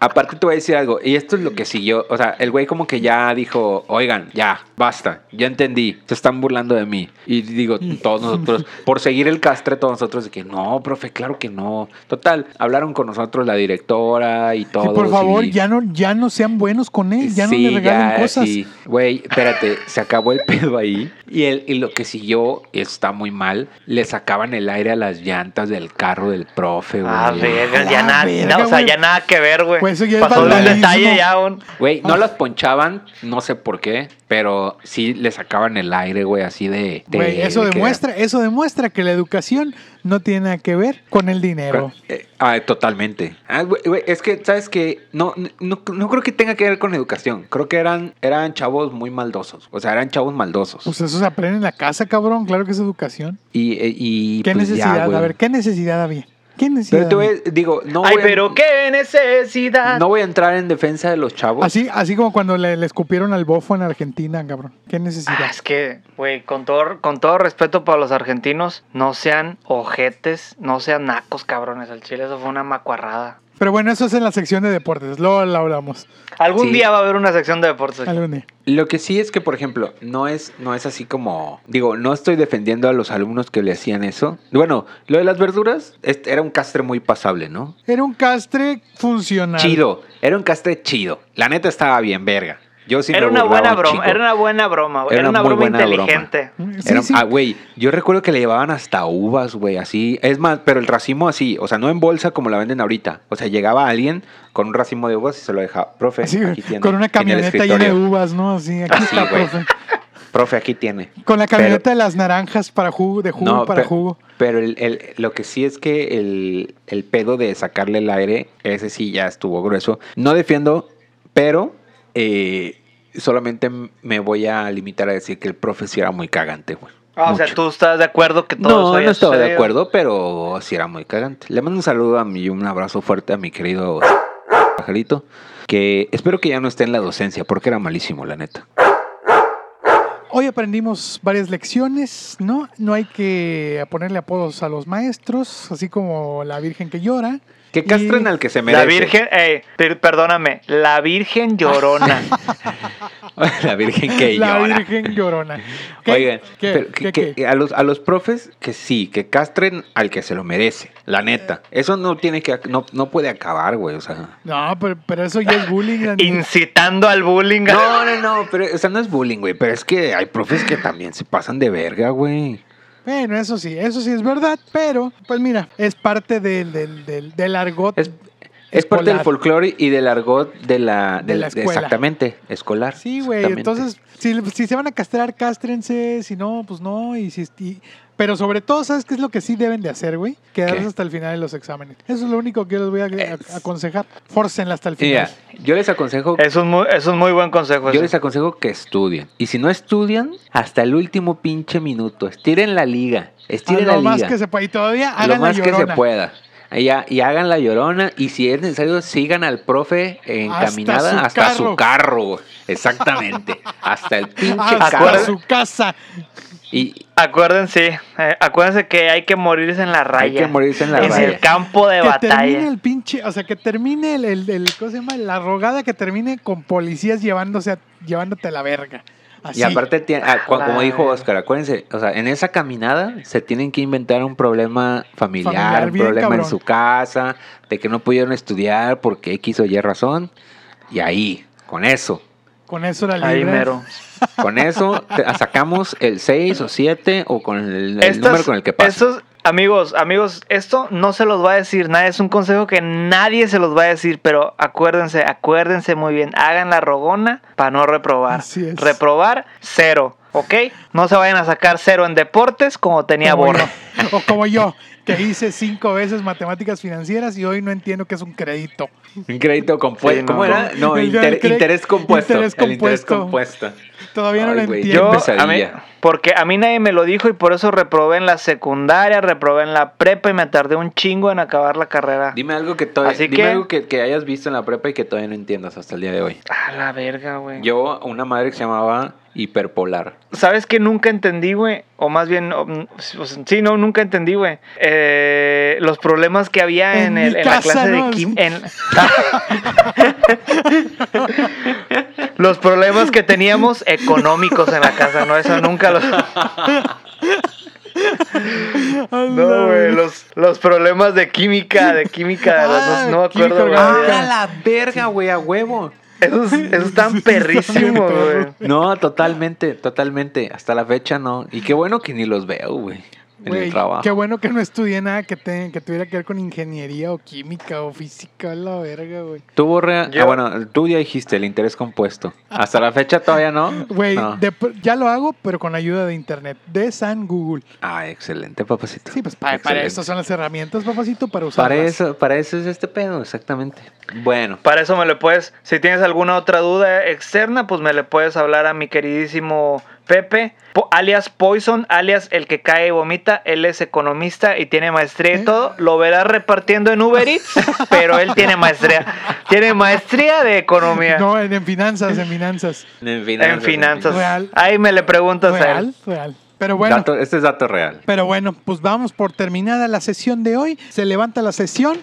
Speaker 5: Aparte te voy a decir algo, y esto es lo que siguió, o sea, el güey como que ya dijo, oigan, ya, basta, ya entendí, se están burlando de mí. Y digo, todos nosotros, por seguir el castre, todos nosotros, de que no, profe, claro que no. Total, hablaron con nosotros la directora y todo.
Speaker 4: Sí, por favor, ya no, ya no sean buenos con él, Mm, ya no
Speaker 5: Sí,
Speaker 4: le regalen
Speaker 5: ya,
Speaker 4: cosas.
Speaker 5: sí. Güey, espérate, se acabó el pedo ahí. Y, el, y lo que siguió está muy mal. Le sacaban el aire a las llantas del carro del profe, güey.
Speaker 2: A ver, ya
Speaker 4: la
Speaker 2: nada.
Speaker 4: verga,
Speaker 2: no, o sea,
Speaker 4: güey.
Speaker 2: ya nada que ver, güey.
Speaker 4: Güey, Pues eso ya es
Speaker 2: Pasó de un
Speaker 4: vandalismo.
Speaker 2: detalle ya un...
Speaker 5: Güey, no
Speaker 4: Ah.
Speaker 5: las ponchaban, no sé por qué, pero sí le sacaban el aire, güey, así de... de-
Speaker 4: Güey, eso
Speaker 5: de que-
Speaker 4: demuestra, eso demuestra que la educación no tiene nada que ver con el dinero.
Speaker 5: Eh, ah, totalmente. Ah, güey, güey, es que, ¿sabes que no, no, no creo que tenga que ver con educación. Creo que eran, eran chavos muy maldosos. O sea, eran chavos maldosos.
Speaker 4: Pues eso se aprende en la casa, cabrón. Claro que es educación.
Speaker 5: y, eh, y,
Speaker 4: ¿Qué
Speaker 5: pues, ya,
Speaker 4: necesidad?
Speaker 5: güey.
Speaker 4: a ver, ¿qué necesidad había? ¿Qué
Speaker 5: Pero
Speaker 4: necesidad?
Speaker 5: te
Speaker 4: había?
Speaker 5: voy a- digo, no
Speaker 2: Ay,
Speaker 5: voy a-
Speaker 2: pero qué necesidad.
Speaker 5: no voy a entrar en defensa de los chavos.
Speaker 4: Así, así como cuando le, le escupieron al bofo en Argentina, cabrón. ¿Qué
Speaker 2: Ah,
Speaker 4: necesidad?
Speaker 2: es que, güey, con todo, con todo respeto para los argentinos, no sean ojetes, no sean nacos, cabrones. Al chile eso fue una macuarrada.
Speaker 4: Pero bueno, eso es en la sección de deportes. Luego la hablamos.
Speaker 2: Algún
Speaker 5: Sí.
Speaker 2: día va a haber una sección de deportes. aquí.
Speaker 4: Algún día.
Speaker 5: Lo que sí es que, por ejemplo, no es, no es así como. Digo, no estoy defendiendo a los alumnos que le hacían eso. Bueno, lo de las verduras este, era un castre muy pasable, ¿no?
Speaker 4: Era un castre funcional.
Speaker 5: Chido, era un castre chido. La neta estaba bien, verga. Yo sí
Speaker 2: Era
Speaker 5: me
Speaker 2: una
Speaker 5: burlaba
Speaker 2: buena
Speaker 5: un
Speaker 2: broma,
Speaker 5: chico.
Speaker 2: era una buena broma, güey.
Speaker 5: Era
Speaker 2: Era una
Speaker 5: muy
Speaker 2: broma
Speaker 5: buena broma.
Speaker 2: inteligente.
Speaker 4: Mm, Sí,
Speaker 5: Era-
Speaker 4: sí.
Speaker 5: Ah, güey, yo recuerdo que le llevaban hasta uvas, güey, así. Es más, pero el racimo así, o sea, no en bolsa como la venden ahorita. O sea, llegaba alguien con un racimo de uvas y se lo dejaba. Profe,
Speaker 4: Así,
Speaker 5: aquí tiene.
Speaker 4: con
Speaker 5: en
Speaker 4: una
Speaker 5: el
Speaker 4: camioneta llena de
Speaker 5: escritorio. Ah,
Speaker 4: uvas, ¿no? Así, aquí
Speaker 5: Sí,
Speaker 4: está,
Speaker 5: güey.
Speaker 4: profe.
Speaker 5: Profe, aquí tiene.
Speaker 4: Con la
Speaker 5: Pero-
Speaker 4: camioneta de las naranjas para jugo, de jugo
Speaker 5: No,
Speaker 4: para
Speaker 5: pe-
Speaker 4: jugo.
Speaker 5: Pero el, el- lo que sí es que el, el pedo de sacarle el aire, ese sí ya estuvo grueso. No defiendo, pero eh, solamente m- me voy a limitar a decir que el profe sí era muy cagante, güey.
Speaker 2: Ah, o sea,
Speaker 5: Mucho.
Speaker 2: tú estás de acuerdo que todo eso
Speaker 5: No,
Speaker 2: haya
Speaker 5: no estaba de
Speaker 2: sucedido?
Speaker 5: acuerdo, pero sí era muy cagante. Le mando un saludo a mí y un abrazo fuerte a mi querido pajarito, que espero que ya no esté en la docencia, porque era malísimo, la neta.
Speaker 4: Hoy aprendimos varias lecciones, ¿no? No hay que ponerle apodos a los maestros, así como la Virgen que llora.
Speaker 5: Que castren
Speaker 4: Y-
Speaker 5: al que se merece.
Speaker 2: La Virgen, ey, per- perdóname, la Virgen llorona.
Speaker 5: la virgen que
Speaker 4: la
Speaker 5: llora.
Speaker 4: Virgen llorona. ¿Qué?
Speaker 5: Oigan,
Speaker 4: ¿Qué?
Speaker 5: pero
Speaker 4: ¿Qué?
Speaker 5: que-
Speaker 4: ¿Qué?
Speaker 5: que a, los, a los profes que sí, que castren al que se lo merece, la neta. Eso no tiene que, ac- no, no puede acabar, güey, o sea.
Speaker 4: No, pero, pero eso ya es bullying. Dani.
Speaker 2: Incitando al bullying.
Speaker 5: No, no, no, pero, o sea, no es bullying, güey, pero es que hay profes que también se pasan de verga, güey.
Speaker 4: bueno, eso sí, eso sí es verdad, pero pues mira, es parte del, del, del, del argot.
Speaker 5: Es, es parte
Speaker 4: Escolar.
Speaker 5: del folclore y del argot de la,
Speaker 4: De
Speaker 5: del-
Speaker 4: la escuela.
Speaker 5: Exactamente, escolar.
Speaker 4: Sí, güey.
Speaker 5: exactamente.
Speaker 4: Entonces, si, si se van a castrar, castrense. Si no, pues no. Y si, y- pero sobre todo, ¿sabes qué es lo que sí deben de hacer, güey? Quedarse
Speaker 5: ¿Qué?
Speaker 4: hasta el final de los exámenes. Eso es lo único que yo les voy a, a-
Speaker 5: Es-
Speaker 4: aconsejar. Fórcenla hasta el
Speaker 5: Y
Speaker 4: final.
Speaker 5: mira, yo les aconsejo
Speaker 2: Es un muy, es un muy buen consejo.
Speaker 5: Yo
Speaker 2: ese.
Speaker 5: les aconsejo que estudien. Y si no estudian, hasta el último pinche minuto. Estiren la liga.
Speaker 4: A
Speaker 5: Estiren
Speaker 4: lo
Speaker 5: la
Speaker 4: más
Speaker 5: liga.
Speaker 4: Ah, que se pueda. Y todavía hagan
Speaker 5: lo más
Speaker 4: la
Speaker 5: que se
Speaker 4: llorona.
Speaker 5: pueda. Y, ha- y hagan la llorona. Y si es necesario, sigan al profe encaminada
Speaker 4: su
Speaker 5: hasta
Speaker 4: carro.
Speaker 5: su carro. güey. Exactamente. hasta el pinche
Speaker 4: Hasta
Speaker 2: Acuérdate-
Speaker 5: carro.
Speaker 4: su casa.
Speaker 5: Y
Speaker 2: Acuérdense, eh, acuérdense que hay que morirse en la raya.
Speaker 5: hay que morirse en la
Speaker 2: en
Speaker 5: raya.
Speaker 2: el campo de
Speaker 4: que termine
Speaker 2: batalla.
Speaker 4: el pinche, o sea, que termine el, el, el- ¿cómo se llama? La rogada que termine con policías llevándose a- llevándote a la verga. Así.
Speaker 5: Y aparte, tie- ah, cu-
Speaker 2: la
Speaker 5: como dijo
Speaker 2: verga.
Speaker 5: Oscar, acuérdense, o sea, en esa caminada se tienen que inventar un problema familiar,
Speaker 4: Familiar,
Speaker 5: un
Speaker 4: bien
Speaker 5: problema en
Speaker 4: cabrón.
Speaker 5: su casa, de que no pudieron estudiar porque X o Y razón. Y ahí, con eso,
Speaker 4: con eso la
Speaker 2: Ahí
Speaker 4: libras.
Speaker 2: mero.
Speaker 5: con eso te- sacamos el 6 o 7 o con el, el
Speaker 2: Estas-
Speaker 5: número con el que pasa.
Speaker 2: estos- amigos, amigos, esto no se los va a decir nadie. Es un consejo que nadie se los va a decir, pero acuérdense, acuérdense muy bien. Hagan la rogona para no reprobar.
Speaker 4: Así es.
Speaker 2: Reprobar, cero. ¿Ok? No se vayan a sacar cero en deportes como tenía
Speaker 4: Como
Speaker 2: Borja.
Speaker 4: yo. O como yo, que hice cinco veces matemáticas financieras y hoy no entiendo qué es un crédito.
Speaker 5: Un crédito compuesto.
Speaker 2: Sí, no.
Speaker 5: ¿Cómo era? No,
Speaker 4: El- el
Speaker 5: inter-
Speaker 4: cre-
Speaker 5: interés compuesto.
Speaker 4: interés
Speaker 5: El interés
Speaker 4: compuesto.
Speaker 5: compuesto.
Speaker 4: Todavía no
Speaker 5: Ay,
Speaker 4: lo
Speaker 5: güey,
Speaker 4: entiendo.
Speaker 2: Yo,
Speaker 5: pesadilla.
Speaker 2: a mí- porque a mí nadie me lo dijo y por eso reprobé en la secundaria, reprobé en la prepa y me tardé un chingo en acabar la carrera.
Speaker 5: Dime algo que todavía,
Speaker 2: Así
Speaker 5: dime
Speaker 2: que-
Speaker 5: algo que, que hayas visto en la prepa y que todavía no entiendas hasta el día de hoy.
Speaker 2: A la verga, güey.
Speaker 5: Yo, una madre que se llamaba hiperpolar.
Speaker 2: ¿Sabes que nunca entendí, güey? O más bien, o- mm, pues, sí, no, nunca entendí, güey. Eh, los problemas que había
Speaker 4: En
Speaker 2: en,
Speaker 4: mi
Speaker 2: el- en la
Speaker 4: casa,
Speaker 2: clase
Speaker 4: ¿no?
Speaker 2: de Kim. en- los problemas que teníamos económicos en la casa, ¿no? Eso nunca los.
Speaker 4: A la
Speaker 2: No, güey.
Speaker 4: verga.
Speaker 2: Los, los problemas de química, de química, de las- no, no me
Speaker 4: Ah, química
Speaker 2: acuerdo, güey.
Speaker 4: orgánica.
Speaker 2: Ya.
Speaker 5: la verga, güey, a huevo!
Speaker 2: Esos, esos están perrísimos, güey.
Speaker 5: No, totalmente, totalmente. Hasta la fecha no. Y qué bueno que ni los veo, güey. en
Speaker 4: Güey,
Speaker 5: el trabajo.
Speaker 4: Qué bueno que no estudié nada que, te- que tuviera que ver con ingeniería o química o física, a la verga, güey.
Speaker 5: Tú, Borre, ah,
Speaker 2: Yo-
Speaker 5: bueno, tú ya dijiste el interés compuesto. Hasta la fecha todavía no.
Speaker 4: Güey,
Speaker 5: No.
Speaker 4: de pr- ya lo hago, pero con ayuda de internet, de San Google.
Speaker 5: Ah, excelente, papacito.
Speaker 4: Sí, pues pa- para
Speaker 5: Excelente.
Speaker 4: eso son las herramientas, papacito, para usarlas.
Speaker 5: Para eso, para eso es este pedo, exactamente. Bueno,
Speaker 2: Para eso me lo puedes, si tienes alguna otra duda externa, pues me le puedes hablar a mi queridísimo Pepe, po- alias Poison, alias el que cae y vomita, él es economista y tiene maestría y todo, lo verás repartiendo en Uber Eats, pero él tiene maestría, tiene maestría de economía
Speaker 4: No, en, en finanzas, en finanzas.
Speaker 5: en
Speaker 2: en
Speaker 5: finanzas.
Speaker 2: finanzas.
Speaker 4: Real.
Speaker 2: Ahí me le preguntas a
Speaker 4: Real,
Speaker 2: él.
Speaker 4: real. Pero bueno,
Speaker 5: Dato- este es dato real.
Speaker 4: pero bueno, pues vamos por terminada la sesión de hoy. Se levanta la sesión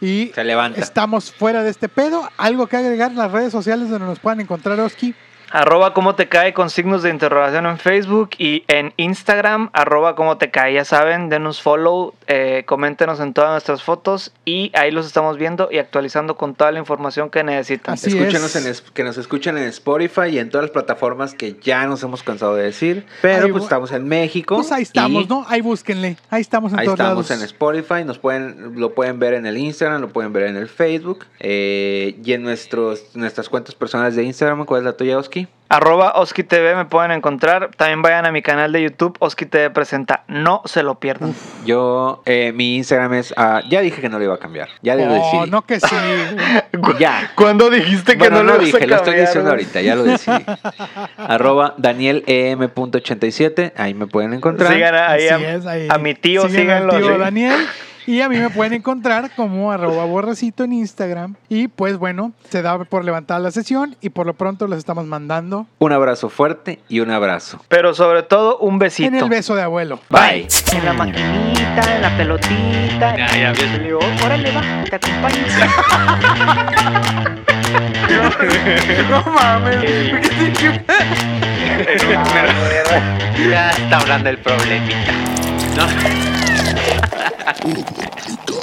Speaker 4: y
Speaker 5: Se levanta.
Speaker 4: estamos fuera de este pedo. Algo que agregar las redes sociales donde nos puedan encontrar, Oski.
Speaker 2: Arroba cómo te cae con signos de interrogación en Facebook y en Instagram, arroba cómo te cae, ya saben, denos follow, eh, coméntenos en todas nuestras fotos y ahí los estamos viendo y actualizando con toda la información que necesitan.
Speaker 4: Así
Speaker 5: Escúchenos
Speaker 4: es.
Speaker 5: en es- que nos escuchen en Spotify y en todas las plataformas que ya nos hemos cansado de decir. Pero
Speaker 4: Ahí,
Speaker 5: pues
Speaker 4: bu-
Speaker 5: estamos en México.
Speaker 4: Pues ahí estamos,
Speaker 5: y
Speaker 4: ¿no? Ahí búsquenle. Ahí estamos en
Speaker 5: Ahí
Speaker 4: todos
Speaker 5: estamos en
Speaker 4: lados.
Speaker 5: Spotify, nos pueden, lo pueden ver en el Instagram, lo pueden ver en el Facebook eh, y en nuestros, nuestras cuentas personales de Instagram. ¿Cuál es la tuya, Oski?
Speaker 2: Arroba Oski TV me pueden encontrar, también vayan a mi canal de YouTube, Oski TV presenta, no se lo pierdan.
Speaker 5: Yo, eh, mi Instagram es. ah, ya dije que no lo iba a cambiar. Ya lo
Speaker 4: Oh,
Speaker 5: decidí.
Speaker 4: no que sí.
Speaker 5: Ya.
Speaker 2: ¿Cuándo dijiste
Speaker 5: Bueno, Este no lo dije, lo estoy diciendo ahorita, ya lo decidí. Arroba e danielem.87, ahí me pueden encontrar.
Speaker 2: Sigan ahí
Speaker 4: Así
Speaker 2: a,
Speaker 4: es, ahí.
Speaker 2: a mi tío,
Speaker 4: Sigan al
Speaker 2: síganlo.
Speaker 4: tío
Speaker 2: sí.
Speaker 4: Daniel. Y a mí me pueden encontrar como arroba borrecito en Instagram. Y pues bueno, se da por levantada la sesión y por lo pronto los estamos mandando
Speaker 5: Un abrazo fuerte y un abrazo.
Speaker 2: Pero sobre todo, un besito.
Speaker 4: en el beso de abuelo.
Speaker 5: Bye.
Speaker 6: En la maquinita, en la pelotita.
Speaker 3: Ya, ya, bien.
Speaker 6: Le digo, órale, va, te acompaño.
Speaker 3: Ya está hablando el problemita.
Speaker 1: Pobrecito.